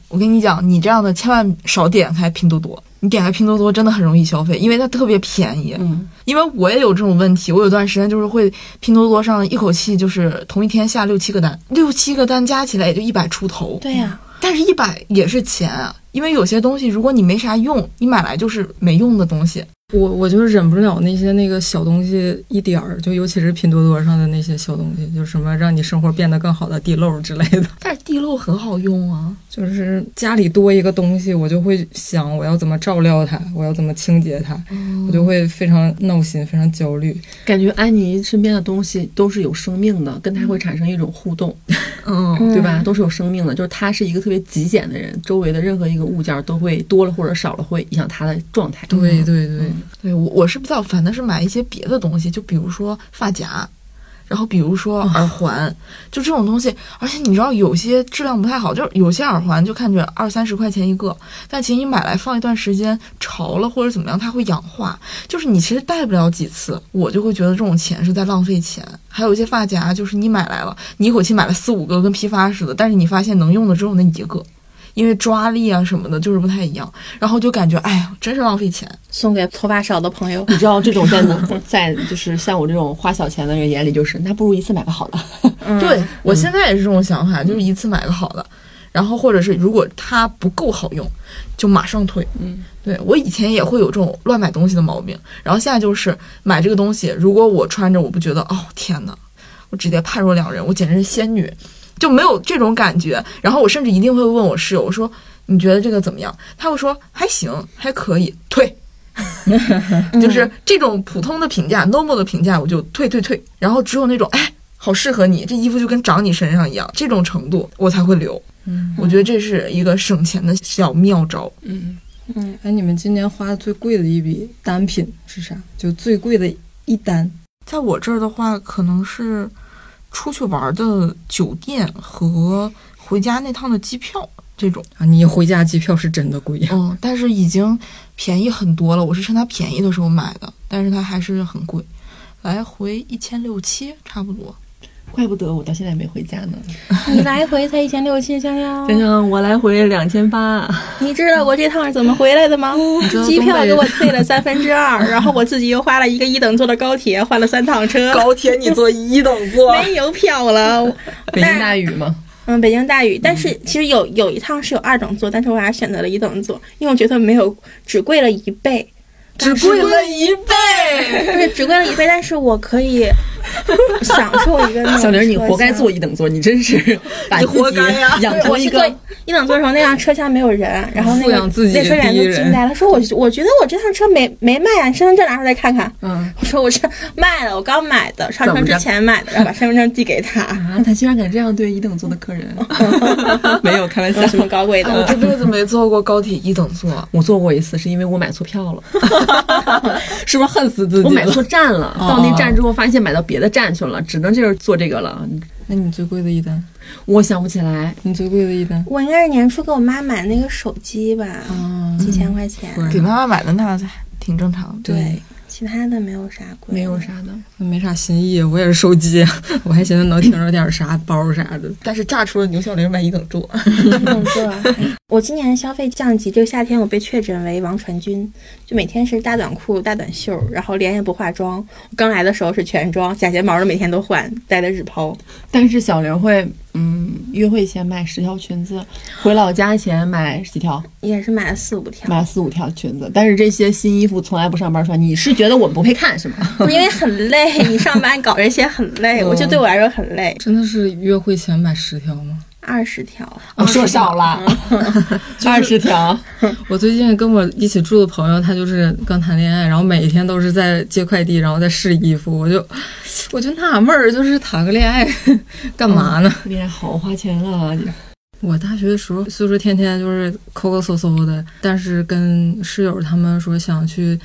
B: 我跟你讲，你这样的千万少点开拼多多。你点开拼多多真的很容易消费，因为它特别便宜。
D: 嗯，
B: 因为我也有这种问题，我有段时间就是会拼多多上一口气就是同一天下六七个单，六七个单加起来也就一百出头。
C: 对呀、
B: 但是，一百也是钱啊，因为有些东西如果你没啥用，你买来就是没用的东西。
E: 我我就是忍不了那些那个小东西一点儿，就尤其是拼多多上的那些小东西，就什么让你生活变得更好的地漏之类的。
B: 但是地漏很好用啊，
E: 就是家里多一个东西，我就会想我要怎么照料它，我要怎么清洁它，我就会非常闹心，非常焦虑。
D: 感觉安妮身边的东西都是有生命的，跟她会产生一种互动，
B: 嗯，
C: 嗯
D: 对吧？都是有生命的，就是她是一个特别极简的人，周围的任何一个物件都会多了或者少了，会影响她的状态。
E: 对对对，
B: 对我我是比较烦的是买一些别的东西，就比如说发夹，然后比如说耳环，就这种东西。而且你知道有些质量不太好，就是有些耳环就看着二三十块钱一个，但其实你买来放一段时间潮了或者怎么样，它会氧化，就是你其实戴不了几次，我就会觉得这种钱是在浪费钱。还有一些发夹，就是你买来了，你一口气买了四五个跟批发似的，但是你发现能用的只有那一个。因为抓力啊什么的，就是不太一样，然后就感觉，哎呀，真是浪费钱。
C: 送给头发少的朋友。
D: 你知道这种在 我在就是像我这种花小钱的人眼里，就是那不如一次买个好的。
B: 对我现在也是这种想法，就是一次买个好的，然后或者是如果它不够好用，就马上退。嗯，对我以前也会有这种乱买东西的毛病，然后现在就是买这个东西，如果我穿着我不觉得，哦天哪，我直接判若两人，我简直是仙女，就没有这种感觉。然后我甚至一定会问我室友，我说你觉得这个怎么样？他会说还行，还可以，退。就是这种普通的评价、normal 的评价，我就退退退。然后只有那种哎好适合你，这衣服就跟长你身上一样，这种程度我才会留。嗯，我觉得这是一个省钱的小妙招。
E: 嗯，哎，你们今年花的最贵的一笔单品是啥？就最贵的一单。
B: 在我这儿的话，可能是出去玩的酒店和回家那趟的机票这种。
E: 啊，你回家机票是真的贵，
B: 嗯，但是已经便宜很多了。我是趁它便宜的时候买的，但是它还是很贵，来回一千六七差不多。
D: 怪不得我到现在没回家呢。
C: 你来回才一千六七，香香，
D: 想想哎我来回两千八，
C: 你知道我这趟是怎么回来的吗？
B: 知道
C: 机票
B: 东北
C: 给我退了三分 之二，然后我自己又花了一个一等座的高铁，换了三趟车，
E: 高铁你坐一等座
C: 没有票 了。
D: 啊北京大雨嘛，
C: 嗯，北京大雨，但是其实有有一趟是有二等座，但是我还是选择了一等座，因为我觉得没有只贵了一倍，
E: 只贵了一倍。
C: 不是只贵了一倍，但是我可以享受一个那种
D: 小玲儿，你
C: 车
D: 活该
C: 厢
D: 坐一等座，你真是把
E: 你
D: 自
E: 活
D: 己
E: 该呀
D: 养
C: 我
D: 成一
C: 去坐
D: 个
C: 一等座的时候，那辆车厢没有人，然后那
E: 富
C: 个
E: 养自己
C: 列车员
E: 第一
C: 都
E: 人
C: 惊呆了，说我我觉得我这趟车没没卖啊，你身份证拿出来看看。嗯，我说我是卖了，我刚买的，上车之前买的，然后把身份证递给 他，
D: 啊，他居然敢这样对一等座的客人，没有开玩笑
C: 有。什么高贵
B: 我
C: 的？
B: 这辈子没坐过高铁一等座，啊
D: 我坐过一次，是因为我买错票 了，
E: 是不是恨死自己
D: 我买
E: 了？
D: 错站了。到那站之后，发现买到别的站去了，只能就是坐这个了。
E: 那你最贵的一单，
D: 我想不起来，
E: 你最贵的一单
C: 我应该是年初给我妈买那个手机吧，
E: 啊
C: 几千块钱。
E: 果然
B: 给妈妈买的那才挺正常的。
C: 对，其他的没有啥贵，
D: 没有。啥的。
E: 没啥新意，我也是手机， 我还寻思能听着点啥包啥的。
B: 但是炸出了牛小玲买一等座，
C: 一等座。 我今年消费降级，这个夏天我被确诊为王传君，就每天是大短裤、大短袖，然后脸也不化妆。我刚来的时候是全妆，假睫毛都每天都换，戴的日抛。
D: 但是小玲会，嗯，约会前买十条裙子，回老家前买几条，
C: 也是买了四五条，
D: 买四五条裙子。但是这些新衣服从来不上班穿，你是觉得我们不配看是吗？
C: 不是 因为很累，你上班搞这些很累，我觉得对我来说很累。
E: 真的是约会前买十条吗？
C: 二十条，
D: 我哦说少了， 二十条。
E: 我最近跟我一起住的朋友，他就是刚谈恋爱，然后每天都是在接快递，然后在试衣服，我就我就纳闷儿，就是谈个恋爱 干嘛呢？
D: 恋爱哎好花钱啊！
E: 我大学的时候，虽说天天就是抠抠搜搜的，但是跟室友他们说想去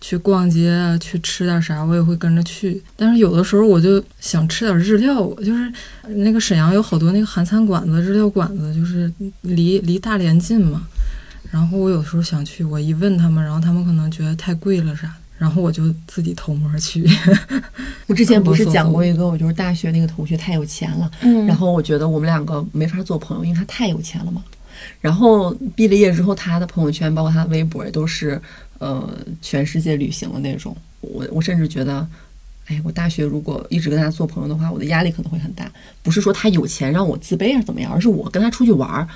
E: 去逛街啊，去吃点啥，我也会跟着去。但是有的时候我就想吃点日料，就是那个沈阳有好多那个韩餐馆子、日料馆子，就是离离大连近嘛。然后我有时候想去，我一问他们，然后他们可能觉得太贵了啥的，然后我就自己偷摸去。
D: 我之前不是讲过一个，我就是大学那个同学太有钱了，
C: 嗯
D: 然后我觉得我们两个没法做朋友，因为他太有钱了嘛。然后毕了业之后，他的朋友圈包括他的微博也都是，呃，全世界旅行的那种。我我甚至觉得，哎，我大学如果一直跟他做朋友的话，我的压力可能会很大。不是说他有钱让我自卑还是怎么样，而是我跟他出去玩儿，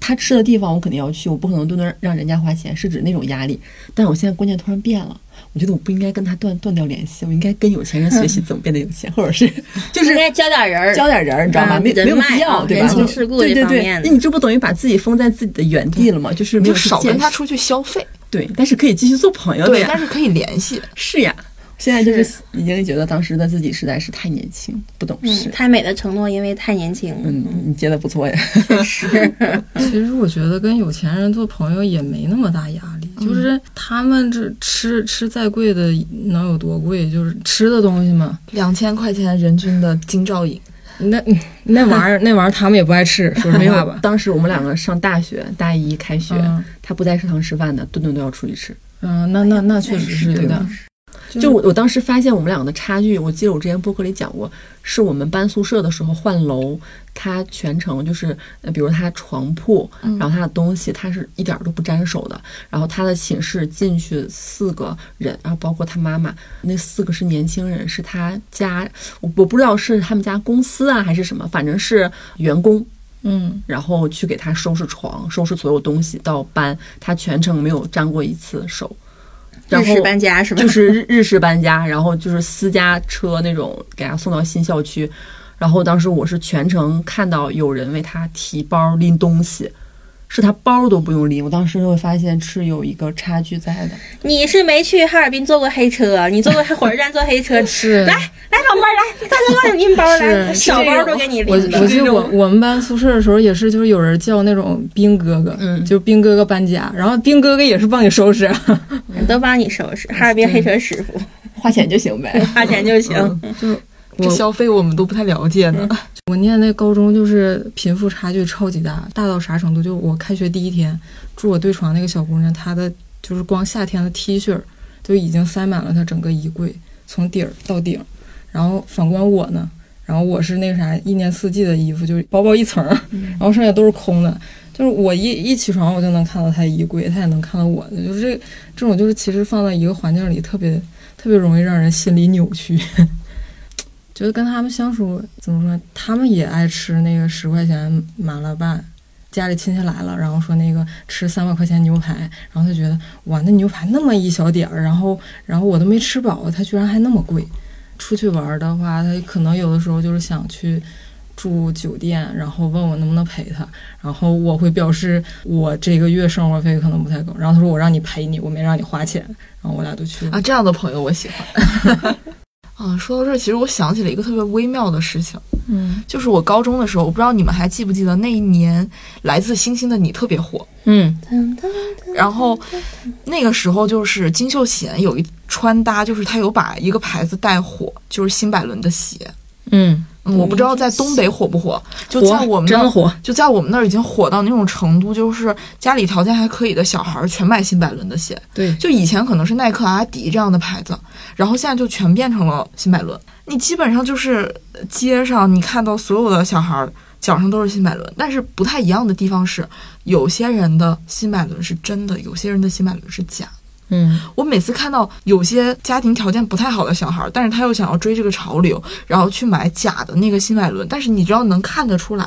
D: 他吃的地方我肯定要去，我不可能顿顿让人家花钱，是指那种压力。但我现在观念突然变了，我觉得我不应该跟他断断掉联系，我应该跟有钱人学习怎么变得有钱，或者是就是
C: 应该交点人儿。
D: 交点人儿，你知道吗？
C: 嗯
D: 没
C: 人
D: 没有
C: 脉
D: 必要，
C: 啊
D: 对吧？
C: 人情世故
D: 对
C: 这
D: 对
C: 方
D: 对
C: 面，的
D: 那你这不等于把自己封在自己的原地了吗？就是
B: 你
D: 没有
B: 就
D: 去
B: 少跟
D: 见
B: 他
D: 识
B: 出去消费。
D: 对，但是可以继续做朋友的
B: 对，
D: 呀。
B: 但是可以联系。
D: 是呀，现在就是已经觉得当时的自己实在是太年轻，不懂
C: 嗯
D: 事，。
C: 太美的承诺，因为太年轻。
D: 嗯，你接的不错呀。
E: 其实我觉得跟有钱人做朋友也没那么大压力，就是他们这吃吃再贵的能有多贵？就是吃的东西嘛，
B: 两千块钱人均的金兆颖，
E: 那那玩意 儿那玩意儿他们也不爱吃，说
D: 没
E: 实话
D: 有
E: 吧，。
D: 当时我们两个上大学，大一开学，
E: 嗯
D: 他不在食堂吃饭的，顿顿都要出去吃。
E: 嗯，那那那确实是有点儿，
D: 就我我当时发现我们两个的差距，我记得我之前播客里讲过，是我们搬宿舍的时候换楼，他全程就是，呃比如他床铺，
C: 嗯
D: 然后他的东西，他是一点儿都不沾手的。然后他的寝室进去四个人，然后包括他妈妈，那四个是年轻人，是他家，我我不知道是他们家公司啊还是什么，反正是员工。
E: 嗯，
D: 然后去给他收拾床，收拾所有东西到搬，他全程没有沾过一次手。然
C: 日
D: 后
C: 式搬家 是吧？
D: 就是日日式搬家，然后就是私家车那种给他送到新校区。然后当时我是全程看到有人为他提包拎东西，是他包都不用拎。我当时就会发现是有一个差距在的。
C: 你是没去哈尔滨坐过黑车，你坐过火车站坐黑车，
E: 是
C: 来来老妹儿来，大哥哥拎包来，
E: 是
C: 小包都给你
E: 我
C: 拎
E: 我
C: 了。
E: 记得我我们班宿舍的时候也是，就是有人叫那种兵哥哥，
D: 嗯
E: 就是兵哥哥搬家，然后兵哥哥也是帮你收拾，啊
C: 都帮你收拾，哈尔滨黑车师傅
D: 花钱就行呗。 嗯
C: 花钱就行。
E: 就
B: 这消费我嗯们都不太了解呢。
E: 我念那高中就是贫富差距超级大，大到啥程度？就我开学第一天住我对床那个小姑娘，她的就是光夏天的 T 恤儿就已经塞满了她整个衣柜，从底儿到顶儿。然后反观我呢，然后我是那个啥，一年四季的衣服就是薄薄一层儿，然后剩下都是空的。就是我一一起床，我就能看到她的衣柜，她也能看到我的。就是这这种，就是其实放在一个环境里，特别特别容易让人心理扭曲。 觉得跟他们相处怎么说？他们也爱吃那个十块钱麻辣拌，家里亲戚来了，然后说那个吃三百块钱牛排，然后他觉得哇，那牛排那么一小点儿，然后然后我都没吃饱，他居然还那么贵。出去玩儿的话，他可能有的时候就是想去住酒店，然后问我能不能陪他，然后我会表示我这个月生活费可能不太够，然后他说我让你陪你，我没让你花钱，然后我俩就去了。
B: 啊，这样的朋友我喜欢。 啊，说到这儿，其实我想起了一个特别微妙的事情，
E: 嗯，
B: 就是我高中的时候，我不知道你们还记不记得那一年《来自星星的你》特别火，
D: 嗯，
B: 然后那个时候就是金秀贤有一穿搭，就是他有把一个牌子带火，就是新百伦的鞋，
D: 嗯，
B: 嗯我不知道在东北火不火，就
E: 火
B: 在我们那
E: 真
B: 儿
E: 的火，
B: 就在我们那儿已经火到那种程度，就是家里条件还可以的小孩儿全买新百伦的鞋，
E: 对，
B: 就以前可能是耐克、阿迪这样的牌子，然后现在就全变成了新百伦。你基本上就是街上你看到所有的小孩儿脚上都是新百伦，但是不太一样的地方是，有些人的新百伦是真的，有些人的新百伦是假的。
D: 嗯，
B: 我每次看到有些家庭条件不太好的小孩儿，但是他又想要追这个潮流，然后去买假的那个新百伦，但是你知道能看得出来，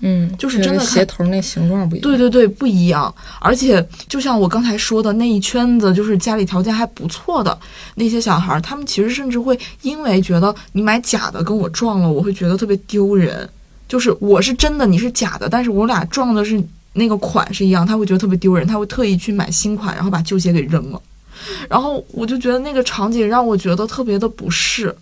E: 嗯，
B: 就是真的看
E: 鞋头那形状不一样。
B: 对对对，不一样。而且就像我刚才说的，那一圈子就是家里条件还不错的那些小孩儿，他们其实甚至会因为觉得你买假的跟我撞了，我会觉得特别丢人。就是我是真的，你是假的，但是我俩撞的是那个款是一样，他会觉得特别丢人，他会特意去买新款，然后把旧鞋给扔了。然后我就觉得那个场景让我觉得特别的不适。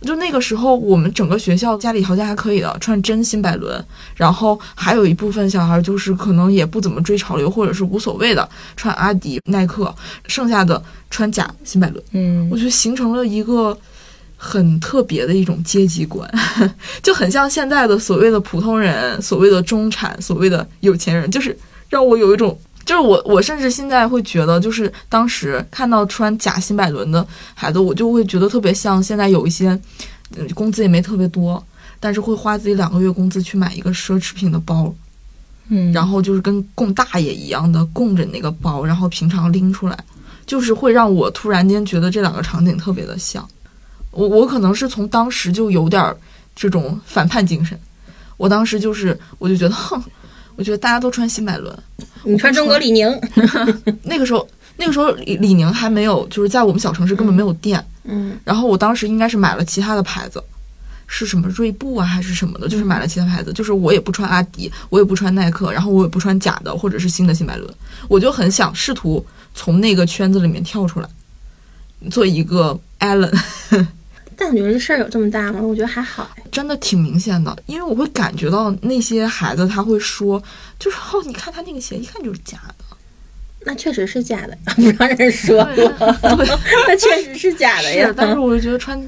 B: 就那个时候，我们整个学校家里条件还可以的，穿真新百伦，然后还有一部分小孩就是可能也不怎么追潮流，或者是无所谓的穿阿迪、耐克，剩下的穿假新百伦。
E: 嗯，
B: 我觉得形成了一个很特别的一种阶级观， 就很像现在的所谓的普通人、所谓的中产、所谓的有钱人，就是让我有一种。就是我，我甚至现在会觉得，就是当时看到穿假新百伦的孩子，我就会觉得特别像现在有一些，嗯，工资也没特别多，但是会花自己两个月工资去买一个奢侈品的包，
E: 嗯
B: 然后就是跟供大爷一样的供着那个包，然后平常拎出来，就是会让我突然间觉得这两个场景特别的像。我我可能是从当时就有点儿这种反叛精神，我当时就是我就觉得， 哼，我觉得大家都穿新百伦，
C: 你穿中国李宁，
B: 那个时候那个时候李李宁还没有，就是在我们小城市根本没有店，
C: 嗯，
B: 然后我当时应该是买了其他的牌子，是什么锐步啊还是什么的，就是买了其他牌子，就是我也不穿阿迪，我也不穿耐克，然后我也不穿假的或者是新的新百伦，我就很想试图从那个圈子里面跳出来，做一个 Allen，
C: 但我觉得这事儿有这么大吗？我觉得还好。
B: 真的挺明显的，因为我会感觉到那些孩子他会说，就是哦，你看他那个鞋，一看就是假的。
C: 那确实是假 的，不让人说过， 那确实啊是假
E: 哎
C: 的呀嗯
B: 是，。但是我就觉得穿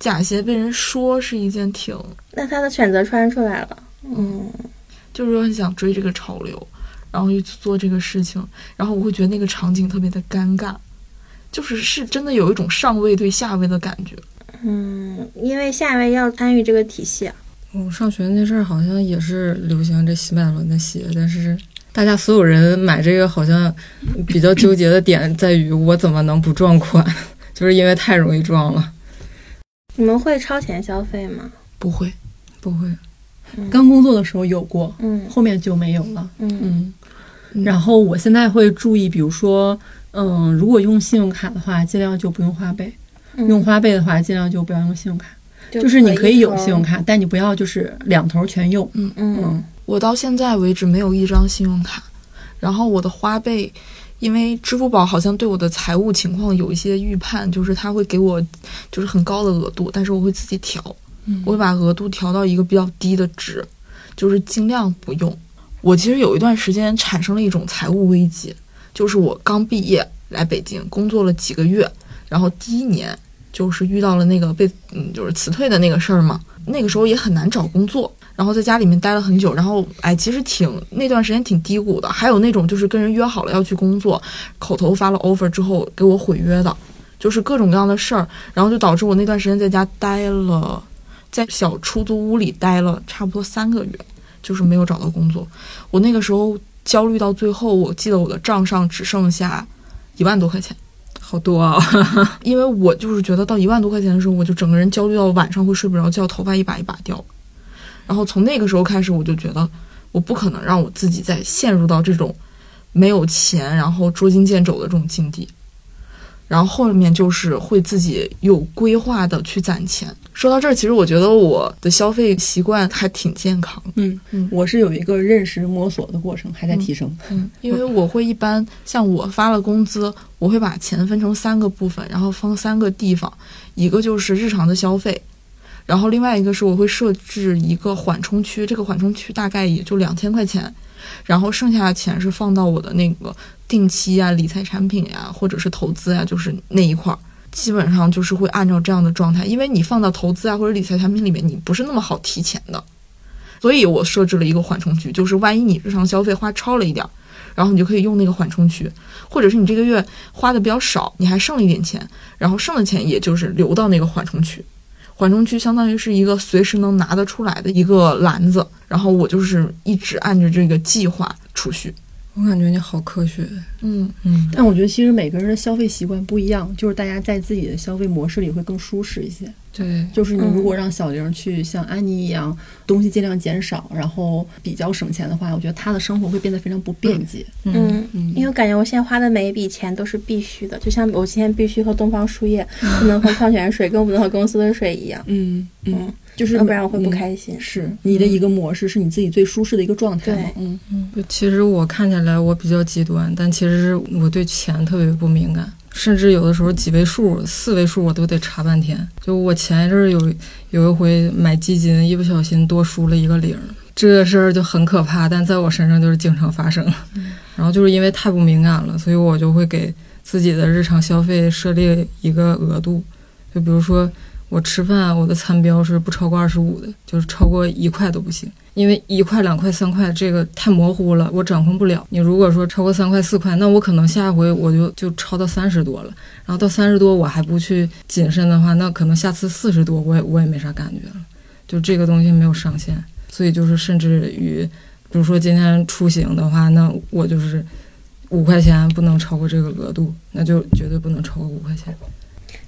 B: 假鞋被人说是一件挺
C: 那他的选择穿出来了，嗯，
B: 就是说很想追这个潮流，然后就去做这个事情，然后我会觉得那个场景特别的尴尬，就是是真的有一种上位对下位的感觉。
C: 嗯，因为下一位要参与这个体系啊，
E: 我上学那阵儿好像也是流行这新百伦的鞋，但是大家所有人买这个好像比较纠结的点在于我怎么能不撞款， 就是因为太容易撞了。
C: 你们会超前消费吗？
B: 不会，
E: 不会，
D: 刚工作的时候有过，
C: 嗯
D: 后面就没有了。
C: 嗯
D: 嗯，然后我现在会注意，比如说，嗯，如果用信用卡的话，尽量就不用花呗；
C: 嗯
D: 用花呗的话，尽量就不要用信用卡。
C: 就
D: 就是你可以有信用
C: 卡，
D: 卡，但你不要就是两头全用。
C: 嗯
D: 嗯，
B: 我到现在为止没有一张信用卡，然后我的花呗，因为支付宝好像对我的财务情况有一些预判，就是它会给我就是很高的额度，但是我会自己调，
E: 嗯
B: 我会把额度调到一个比较低的值，就是尽量不用。我其实有一段时间产生了一种财务危机，就是我刚毕业来北京工作了几个月，然后第一年就是遇到了那个被嗯就是辞退的那个事儿嘛，那个时候也很难找工作，然后在家里面待了很久，然后哎其实挺那段时间挺低谷的，还有那种就是跟人约好了要去工作，口头发了 offer 之后给我毁约的，就是各种各样的事儿，然后就导致我那段时间在家待了，在小出租屋里待了差不多三个月，就是没有找到工作。我那个时候焦虑到最后，我记得我的账上只剩下一万多块钱。
E: 好多啊、
B: 因为我就是觉得到一万多块钱的时候，我就整个人焦虑到晚上会睡不着觉，头发一把一把掉。然后从那个时候开始，我就觉得我不可能让我自己再陷入到这种没有钱然后捉襟见肘的这种境地。然后后面就是会自己有规划的去攒钱。说到这儿，其实我觉得我的消费习惯还挺健康的，
D: 嗯，我是有一个认识摸索的过程，还在提升。
B: 因为我会一般像我发了工资，我会把钱分成三个部分，然后放三个地方，一个就是日常的消费，然后另外一个是我会设置一个缓冲区，这个缓冲区大概也就两千块钱，然后剩下的钱是放到我的那个定期啊、理财产品呀、或者是投资啊，就是那一块儿。基本上就是会按照这样的状态，因为你放到投资啊或者理财产品里面，你不是那么好提钱的，所以我设置了一个缓冲区，就是万一你日常消费花超了一点儿，然后你就可以用那个缓冲区，或者是你这个月花的比较少，你还剩了一点钱，然后剩的钱也就是留到那个缓冲区。缓冲区相当于是一个随时能拿得出来的一个篮子，然后我就是一直按着这个计划储蓄。
E: 我感觉你好科学，
B: 嗯，
D: 但我觉得其实每个人的消费习惯不一样，就是大家在自己的消费模式里会更舒适一些。
E: 对，
D: 就是你
C: 嗯
D: 如果让小玲去像安妮一样，东西尽量减少，然后比较省钱的话，我觉得她的生活会变得非常不便捷。
C: 嗯，因为我感觉我现在花的每一笔钱都是必须的，就像我今天必须喝东方树叶，不能喝矿泉水，更不能喝公司的水一样。
D: 嗯
C: 嗯，
D: 就是
C: 要不然我会不开心
D: 嗯是你的一个模式，是你自己最舒适的一个状态嘛。
C: 对
D: 嗯，
E: 不其实我看起来我比较极端，但其实我对钱特别不敏感，甚至有的时候几位数、四位数我都得查半天。就我前一阵儿有有一回买基金，一不小心多输了一个零儿，这个事儿就很可怕，但在我身上就是经常发生。然后就是因为太不敏感了，所以我就会给自己的日常消费设立一个额度，就比如说我吃饭，我的餐标是不超过二十五的，就是超过一块都不行，因为一块、两块、三块这个太模糊了，我掌控不了。你如果说超过三块、四块，那我可能下一回我就就超到三十多了，然后到三十多我还不去谨慎的话，那可能下次四十多我也我也没啥感觉了，就这个东西没有上限，所以就是甚至于。比如说今天出行的话，那我就是五块钱不能超过这个额度，那就绝对不能超过五块钱。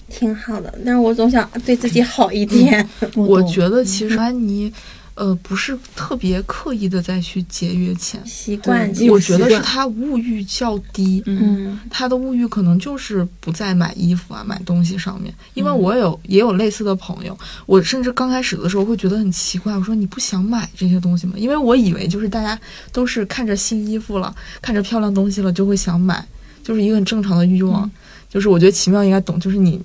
C: 挺好的，但是我总想对自己好一点。
B: 我觉得其实安妮，呃，不是特别刻意的再去节约钱，
C: 习惯，
D: 嗯对有
B: 我觉得
D: 习
B: 是
D: 惯
B: 她物欲较低。嗯
C: 嗯，
B: 他的物欲可能就是不在买衣服啊、买东西上面，因为我有、也有类似的朋友，我甚至刚开始的时候会觉得很奇怪，我说你不想买这些东西吗？因为我以为就是大家都是看着新衣服了、看着漂亮东西了就会想买，就是一个很正常的欲望。就是我觉得奇妙应该懂，就是你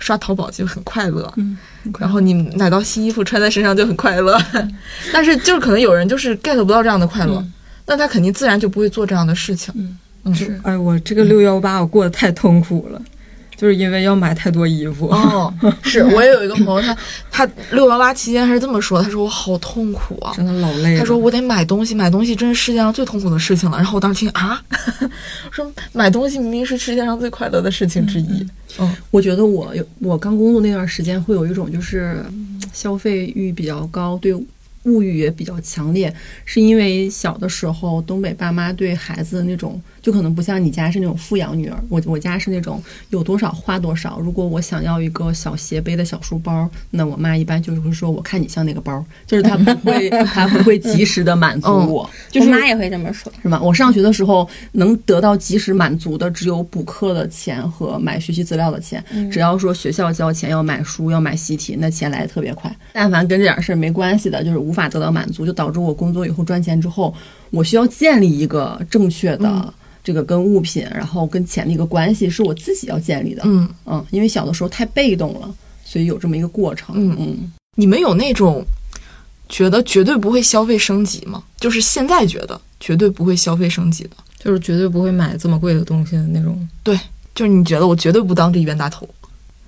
B: 刷淘宝就很快乐，
D: 嗯
B: 然后你买到新衣服穿在身上就很快乐， 但是就是可能有人就是 get 不到这样的快乐，那他肯定自然就不会做这样的事情。嗯
E: 是，哎，我这个六幺八我过得太痛苦了，就是因为要买太多衣服。
B: 哦，是我也有一个朋友，他他六幺八期间还是这么说，他说我好痛苦啊，
E: 真的老累了。
B: 他说我得买东西，买东西真是世界上最痛苦的事情了。然后我当时听啊， 说买东西明明是世界上最快乐的事情之一。
D: 我觉得我有我刚工作那段时间会有一种就是嗯消费欲比较高，对物欲也比较强烈，是因为小的时候东北爸妈对孩子的那种，就可能不像你家是那种富养女儿，我我家是那种有多少花多少。如果我想要一个小斜背的小书包，那我妈一般就是会说，我看你像那个包，就是她不会她不会及时的满足
B: 嗯
D: 我，就是
C: 我妈也会这么说。
D: 是吗？我上学的时候能得到及时满足的只有补课的钱和买学习资料的钱。只要说学校交钱要买书要买习题，那钱来的特别快。但凡跟这点事儿没关系的，就是无
F: 法得到满足，就导致我工作以后赚钱之后，我需要建立一个正确
D: 嗯
F: 的这个跟物品，然后跟钱的一个关系，是我自己要建立的。
B: 嗯，
F: 嗯，因为小的时候太被动了，所以有这么一个过程。
B: 嗯
F: 嗯，
B: 你们有那种觉得绝对不会消费升级吗？就是现在觉得绝对不会消费升级的，
E: 就是绝对不会买这么贵的东西的那种，
B: 就是你觉得我绝对不当这冤大头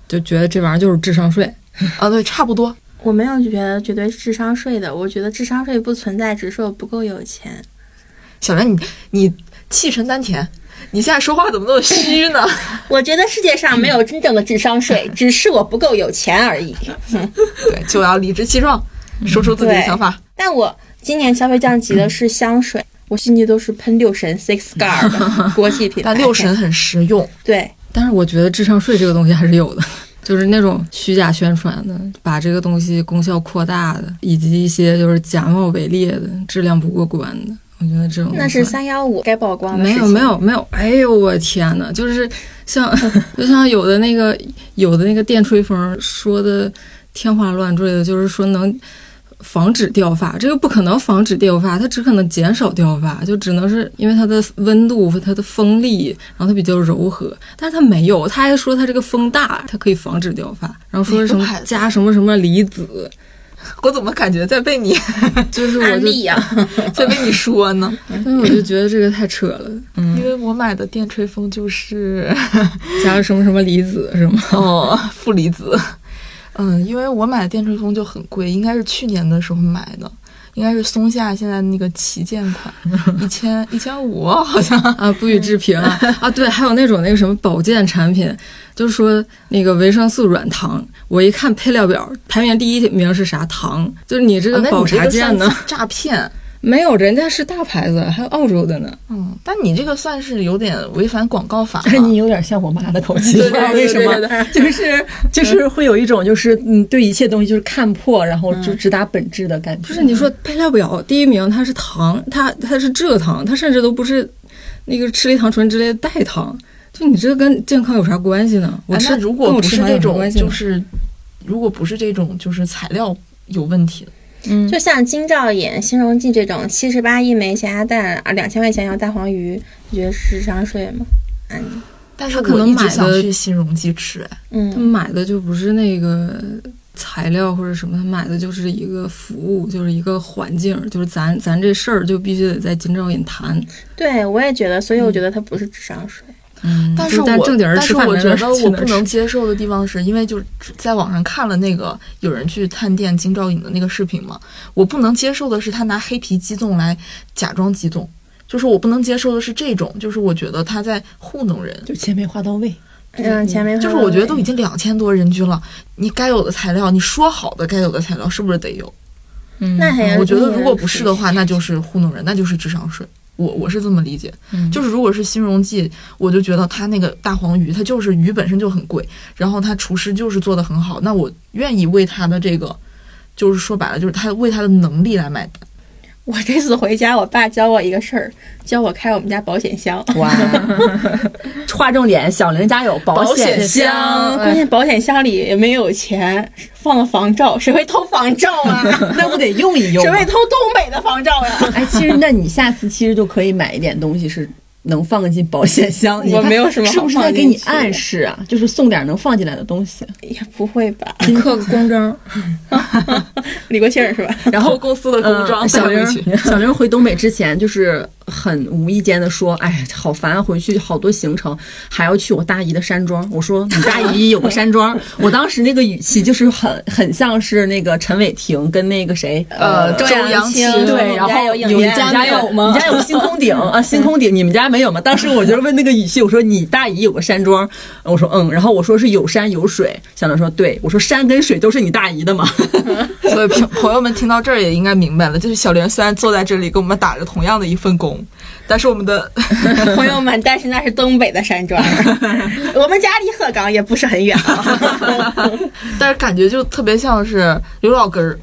E: 就觉得这玩意儿就是智商税。
B: 啊？对，差不多。
C: 我没有觉得绝对是智商税的，我觉得智商税不存在，只是我不够有钱。
B: 小梁，你你气沉丹田，你现在说话怎么那么虚呢？
C: 我觉得世界上没有真正的智商税，只是我不够有钱而已。
B: 对，就要理直气壮，说出自己的
C: 对
B: 想法。
C: 但我今年消费降级的是香
B: 嗯
C: 水，我进去都是喷六神 Six Scar 的国际品牌。
B: 但六神很实用，
C: 对，
E: 但是我觉得智商税这个东西还是有的， 就是那种虚假宣传的，把这个东西功效扩大的，以及一些就是假冒伪劣的，质量不过关的。我觉得这种
C: 那是
E: 东西
C: 三幺五该曝光的
E: 没
C: 事
E: 有
C: 情
E: 没有没有，哎呦我天呐，就是 像就像有的那个有的那个电吹风说的天花乱坠的，就是说能防止掉发，这个不可能防止掉发，它只可能减少掉发，就只能是因为它的温度、它的风力，然后它比较柔和，但是它没有，他还说它这个风大，它可以防止掉发，然后
C: 哎
E: 说是什么
B: 哪个牌子
E: 加什么什么离子，
B: 我怎么感觉在被你
E: 就是我
C: 安
E: 就
C: 利呀、啊
B: 在被你说呢？
E: 所以我就觉得这个太扯了，
B: 因为我买的电吹风就是
E: 加了什么什么离子是吗？
B: 哦，负离子。嗯，因为我买的电吹风就很贵，应该是去年的时候买的，应该是松下现在那个旗舰款，一千一千五好像。
E: 啊，不予置评啊
B: 嗯
E: 啊！对，还有那种那个什么保健产品，就是说那个维生素软糖，我一看配料表，排名第一名是啥糖？就是你这个
B: 啊那
E: 保
B: 你这
E: 啥
B: 个
E: 健
B: 算
E: 呢？
B: 是诈骗。
E: 没有，人家是大牌子，还有澳洲的呢。
B: 嗯，但你这个算是有点违反广告法
D: 但你有
B: 了。
D: 点像我妈的口 气，不知道为什么，
F: 就是
D: 就是会有一种就是嗯，对一切东西就是看破，然后就直达本质的感觉。
E: 不是你说配料表第一名它是糖，它它是蔗糖，它甚至都不是那个吃类糖醇之类的代糖。就你这跟健康有啥关系呢？我
B: 哎
E: 吃、
B: 那如果
E: 跟我
B: 不
E: 吃
B: 是
E: 糖有
B: 这
E: 啥
B: 种，
E: 关系呢
B: 就是如果不是这种，就是材料有问题的，
C: 就像金兆尹、新荣记这种七十八一枚咸鸭蛋啊，两千块钱要大黄鱼，你觉得是智商税吗？嗯
B: 但是
E: 他可
B: 我
E: 能
B: 一直
E: 买
B: 想
E: 的
B: 去新荣记吃，哎，
E: 他
C: 嗯，
E: 买的就不是那个材料或者什么，他买的就是一个服务，就是一个环境，就是咱咱这事儿就必须得在金兆尹谈。
B: 嗯
C: 对，我也觉得，所以我觉得它不是智商税。
E: 嗯，
B: 但
E: 就是
B: 我
E: 咱正经人
B: 但
E: 吃
B: 是
E: 饭，
B: 我
E: 咱
B: 觉
E: 哪
B: 得
E: 儿去
B: 我
E: 哪儿
B: 不能
E: 吃
B: 接受的地方是因为就是在网上看了那个有人去探店金兆尹的那个视频嘛，我不能接受的是他拿黑皮鸡枞来假装鸡枞，就是我不能接受的是这种，就是我觉得他在糊弄人。
D: 就钱没花到位，
C: 嗯，前面
B: 就是我觉得都已经两千多人均了，你该有的材料，你说好的该有的材料是不是得有？
C: 那还
B: 嗯
C: 是
B: 我觉得
C: 令
B: 如果
C: 人
B: 不是
C: 服
B: 的话，那就是糊弄人，那就是智商税。我我是这么理解，就是如果是新荣记，我就觉得他那个大黄鱼，它就是鱼本身就很贵，然后他厨师就是做的很好，那我愿意为他的这个，就是说白了，就是他为他的能力来买单。
C: 我这次回家，我爸教我一个事儿，教我开我们家保险箱。
D: 哇！划重点，小玲家有保险箱，
C: 箱，
F: 哎
C: 关键保险箱里也没有钱，放了防照， 谁会偷防照啊？
D: 那不得用一用
C: 谁
D: 吗？
C: 会偷东北的防照啊呀、
F: 啊 哎，其实那你下次其实就可以买一点东西是能放进保险箱。你
C: 我
F: 看
C: 没有什么好
F: 是不是在给你
C: 放进去
F: 暗示啊？就是送点能放进来的东西。
C: 也哎不会吧？
E: 刻个公章，
C: 李国庆是 吧？
B: 然后公司的工装
F: 嗯
B: 带
F: 小
B: 回
F: 玲
B: 去，
F: 小玲回东北之前，就是很无意间的说：“哎，好烦啊，回去好多行程，还要去我大姨的山庄。”我说：“你大姨有个山庄？”我当时那个语气就是很很像是那个陈伟霆跟那个谁，
B: 呃，周扬青，
F: 对，然后
C: 影
F: 有
C: 院
F: 家没有
E: 有吗
F: 你家有星空顶啊？星空顶，你们家没有吗？当时我就问那个语气，我说你大姨有个山庄，我说嗯，然后我说是有山有水，小亮说对，我说山跟水都是你大姨的嘛。
B: 所以朋朋友们听到这儿也应该明白了，就是小玲虽然坐在这里跟我们打着同样的一份工，但是我们 的
C: 朋友们，但是那是东北的山庄，啊 我们家离鹤岗也不是很远啊。
B: 但是感觉就特别像是刘老根儿，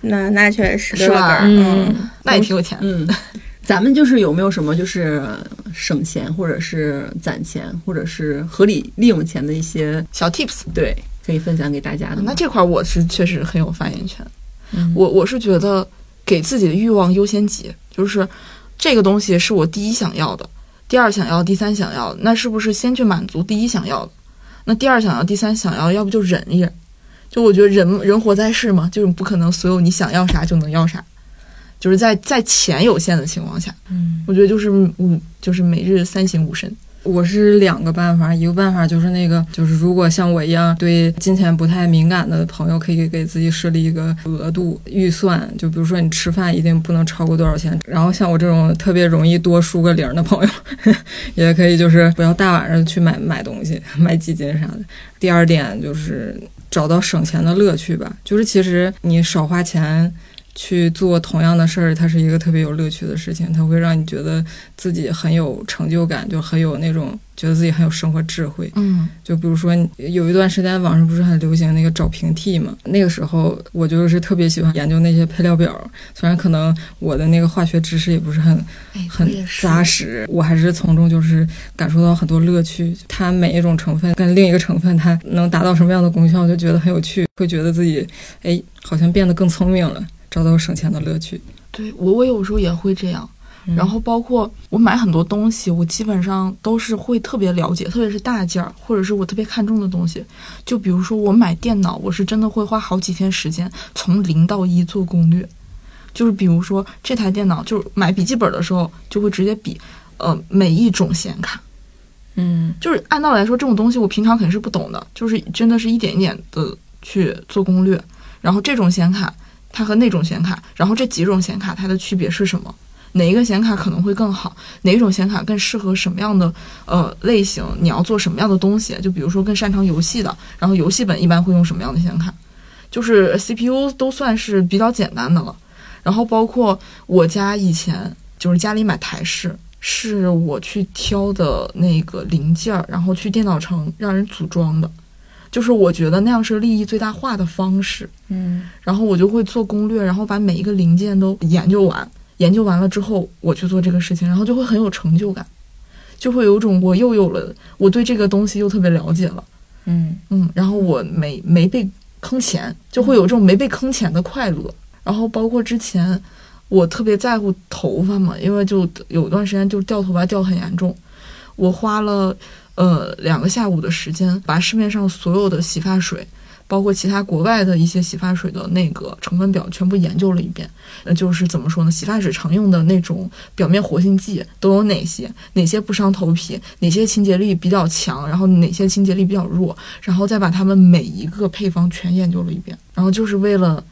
C: 那那确实
B: 是吧
C: 嗯，
B: 那也挺有钱的。
F: 嗯， 咱们就是有没有什么就是省钱或者是攒钱或者是合理利用钱的一些
B: 小 tips。
F: 对
D: 啊
F: 可以分享给大家的吗？
B: 嗯那这块儿我是确实很有发言权。我我是觉得给自己的欲望优先级，就是这个东西是我第一想要的，第二想要，第三想要的，那是不是先去满足第一想要的？那第二想要，第三想要，要不就忍一忍。就我觉得人人活在世嘛，就是不可能所有你想要啥就能要啥，就是在在钱有限的情况下，嗯，我觉得就是五就是每日三省吾身，
E: 我是两个办法，一个办法就是那个，就是如果像我一样对金钱不太敏感的朋友，可以给自己设立一个额度预算，就比如说你吃饭一定不能超过多少钱。然后像我这种特别容易多输个零儿的朋友， 也可以就是不要大晚上去买买东西、 买基金啥的。第二点就是找到省钱的乐趣吧，就是其实你少花钱。去做同样的事儿，它是一个特别有乐趣的事情，它会让你觉得自己很有成就感，就很有那种觉得自己很有生活智慧。
B: 嗯，
E: 就比如说，有一段时间网上不是很流行那个找平替嘛？那个时候我就是特别喜欢研究那些配料表，虽然可能我的那个化学知识也不是很
B: 哎
E: 很
B: 我也是
E: 扎实，我还是从中就是感受到很多乐趣。它每一种成分跟另一个成分它能达到什么样的功效，就觉得很有趣，会觉得自己哎好像变得更聪明了，找到省钱的乐趣。
B: 对我，我有时候也会这样。
E: 嗯
B: 然后包括我买很多东西，我基本上都是会特别了解，特别是大件儿，或者是我特别看重的东西。就比如说我买电脑，我是真的会花好几天时间从零到一做攻略。就是比如说这台电脑，就是买笔记本的时候就会直接比，呃，每一种显卡。
E: 嗯，
B: 就是按道理来说，这种东西我平常肯定是不懂的，就是真的是一点一点的去做攻略。然后这种显卡，它和那种显卡，然后这几种显卡它的区别是什么？哪一个显卡可能会更好？哪一种显卡更适合什么样的呃类型？你要做什么样的东西？就比如说更擅长游戏的，然后游戏本一般会用什么样的显卡？就是 CPU 都算是比较简单的了。然后包括我家以前就是家里买台式，是我去挑的那个零件儿，然后去电脑城让人组装的，就是我觉得那样是利益最大化的方式。
E: 嗯，
B: 然后我就会做攻略，然后把每一个零件都研究完。研究完了之后，我去做这个事情，然后就会很有成就感，就会有种我又有了，我对这个东西又特别了解了，
E: 嗯，
B: 嗯，然后我没没被坑钱，就会有这种没被坑钱的快乐。然后包括之前我特别在乎头发嘛，因为就有一段时间就掉头发掉很严重，我花了呃两个下午的时间把市面上所有的洗发水。包括其他国外的一些洗发水的那个成分表全部研究了一遍，呃，就是怎么说呢？洗发水常用的那种表面活性剂都有哪些？哪些不伤头皮？哪些清洁力比较强？然后哪些清洁力比较弱？然后再把它们每一个配方全研究了一遍，然后就是为了，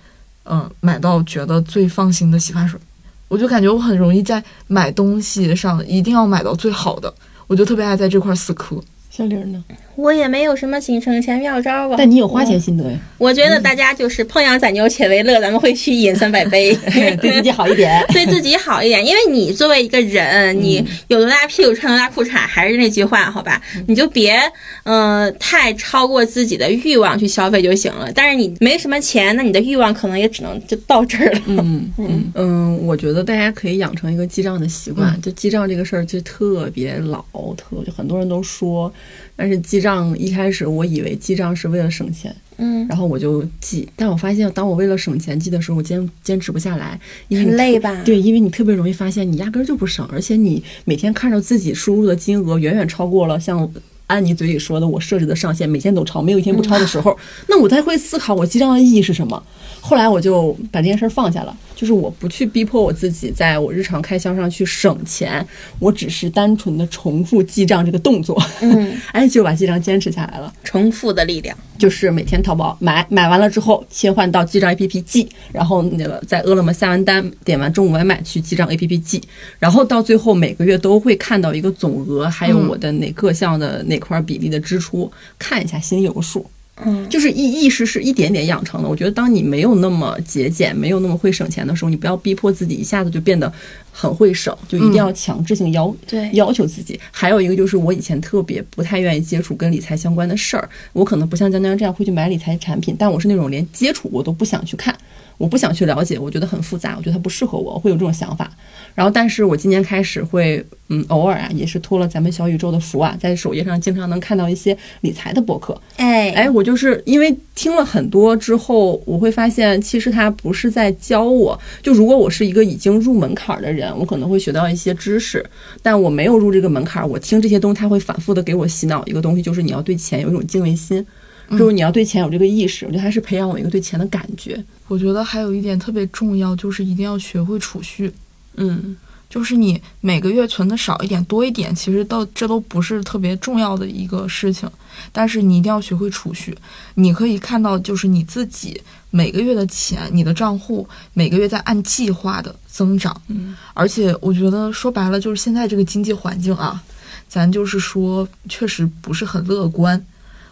B: 嗯、买到觉得最放心的洗发水。我就感觉我很容易在买东西上一定要买到最好的，我就特别爱在这块儿死磕。
D: 小玲呢？
C: 我也没有什么仅省钱妙招吧。
A: 但你有花钱心得 呀，
C: 我觉得大家就是碰羊宰牛且为乐，咱们会去饮三百杯，
A: 对自己好一 点。
C: 对自己好一点。因为你作为一个人，你有多大屁股穿多大裤衩，还是那句话，好吧？你就别呃太超过自己的欲望去消费就行了。但是你没什么钱，那你的欲望可能也只能就到这儿了。
D: 嗯
C: 嗯
D: 嗯，我觉得大家可以养成一个记账的习
F: 嗯
D: 惯。就记账这个事儿，就特别老，特就很多人都说，但是记账一开始我以为记账是为了省钱，
C: 嗯，
D: 然后我就记，但我发现当我为了省钱记的时候，我坚坚持不下来，因为
C: 很
D: 你
C: 累吧？
D: 对，因为你特别容易发现你压根儿就不省，而且你每天看着自己输入的金额远远超过了像安妮嘴里说的我设置的上限，每天都超，没有一天不超的时
C: 嗯
D: 候，那我才会思考我记账的意义是什么。后来我就把这件事儿放下了，就是我不去逼迫我自己在我日常开销上去省钱，我只是单纯的重复记账这个动作，
C: 嗯，
D: 哎，就把记账坚持下来了。
C: 重复的力量。
D: 就是每天淘宝买，买完了之后切换到记账 APP 记，然后那个在饿了么下完单，点完中午外卖去记账 APP 记，然后到最后每个月都会看到一个总额，还有我的哪各项的哪块比例的支出，看一下心里有个数。
C: 嗯，
D: 就是意意识是一点点养成的。我觉得当你没有那么节俭，没有那么会省钱的时候，你不要逼迫自己一下子就变得很会省，就一定要强制性要、
C: 对
D: 要求自己。还有一个就是我以前特别不太愿意接触跟理财相关的事儿，我可能不像江江这样会去买理财产品，但我是那种连接触我都不想去看。我不想去了解，我觉得很复杂，我觉得它不适合我，我会有这种想法。然后，但是我今年开始会，嗯，偶尔啊，也是托了咱们小宇宙的福啊，在首页上经常能看到一些理财的博客。
C: 哎
D: 哎，我就是因为听了很多之后，我会发现其实它不是在教我。就如果我是一个已经入门槛儿的人，我可能会学到一些知识，但我没有入这个门槛儿，我听这些东西，它会反复的给我洗脑一个东西，就是你要对钱有一种敬畏心，就是你要对钱有这个意识。我觉得它是培养我一个对钱的感觉。
B: 我觉得还有一点特别重要，就是一定要学会储蓄。
D: 嗯
B: 就是你每个月存的少一点、多一点，其实到这都不是特别重要的一个事情。但是你一定要学会储蓄。你可以看到，就是你自己每个月的钱，你的账户每个月在按计划的增长。嗯，而且我觉得说白了，就是现在这个经济环境啊，咱就是说确实不是很乐观。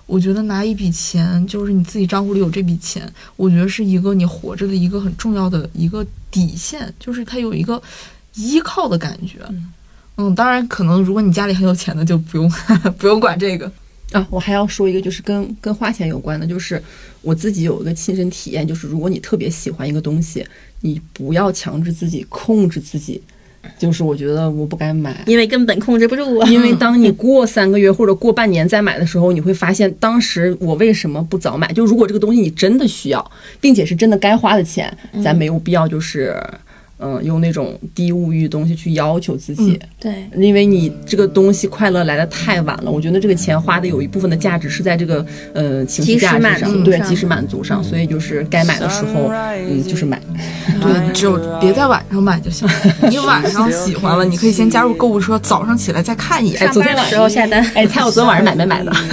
B: 我觉得拿一笔钱，就是你自己账户里有这笔钱，我觉得是一个你活着的一个很重要的一个底线，就是它有一个依靠的感觉。嗯，当然，可能如果你家里很有钱的，就不用 不用管这个。
D: 啊，我还要说一个，就是跟跟花钱有关的，就是我自己有一个亲身体验，就是如果你特别喜欢一个东西，你不要强制自己控制自己，就是我觉得我不该 买，
C: 因为根本控制不住啊。
D: 因为当你过三个月或者过半年再买的时候，你会发现当时我为什么不早买？就如果这个东西你真的需要，并且是真的该花的钱，咱没有必要就是，嗯、用那种低物欲的东西去要求自己，
C: 对，
D: 因为你这个东西快乐来的太晚了。我觉得这个钱花的有一部分的价值是在这个呃情绪
C: 及时
D: 价值
C: 满
D: 上，嗯
C: 足
D: 对
C: 上
D: 及时满足上，所以就是该买的时候，嗯，就是买。
B: 对，只有别在晚上买就行。 你晚上喜欢了，你可以先加入购物车，早上起来再看一眼。
C: 上班的时候下单，
D: 哎，猜我昨天晚上买没买的？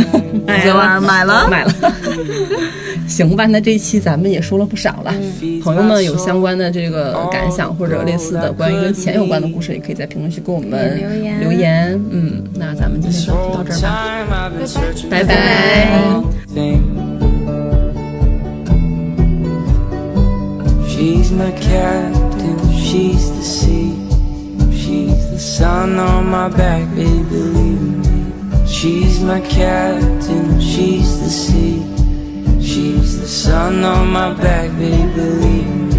B: 昨天晚上买了，
D: 买了。 行吧，那这一期咱们也说了不少了，朋友们有相关的这个感想或者类似的关于跟钱有关的故事，也可以在评论区给我们
C: 留言
D: 嗯留言。嗯，那咱们今天就到这儿吧，
G: time I've been searching
D: 拜拜。
G: thing. She's my captain, she's the sea. She's the sun on my back, baby, believe me. She's my captain, she's the sea. She's the sun on my back, baby, believe me.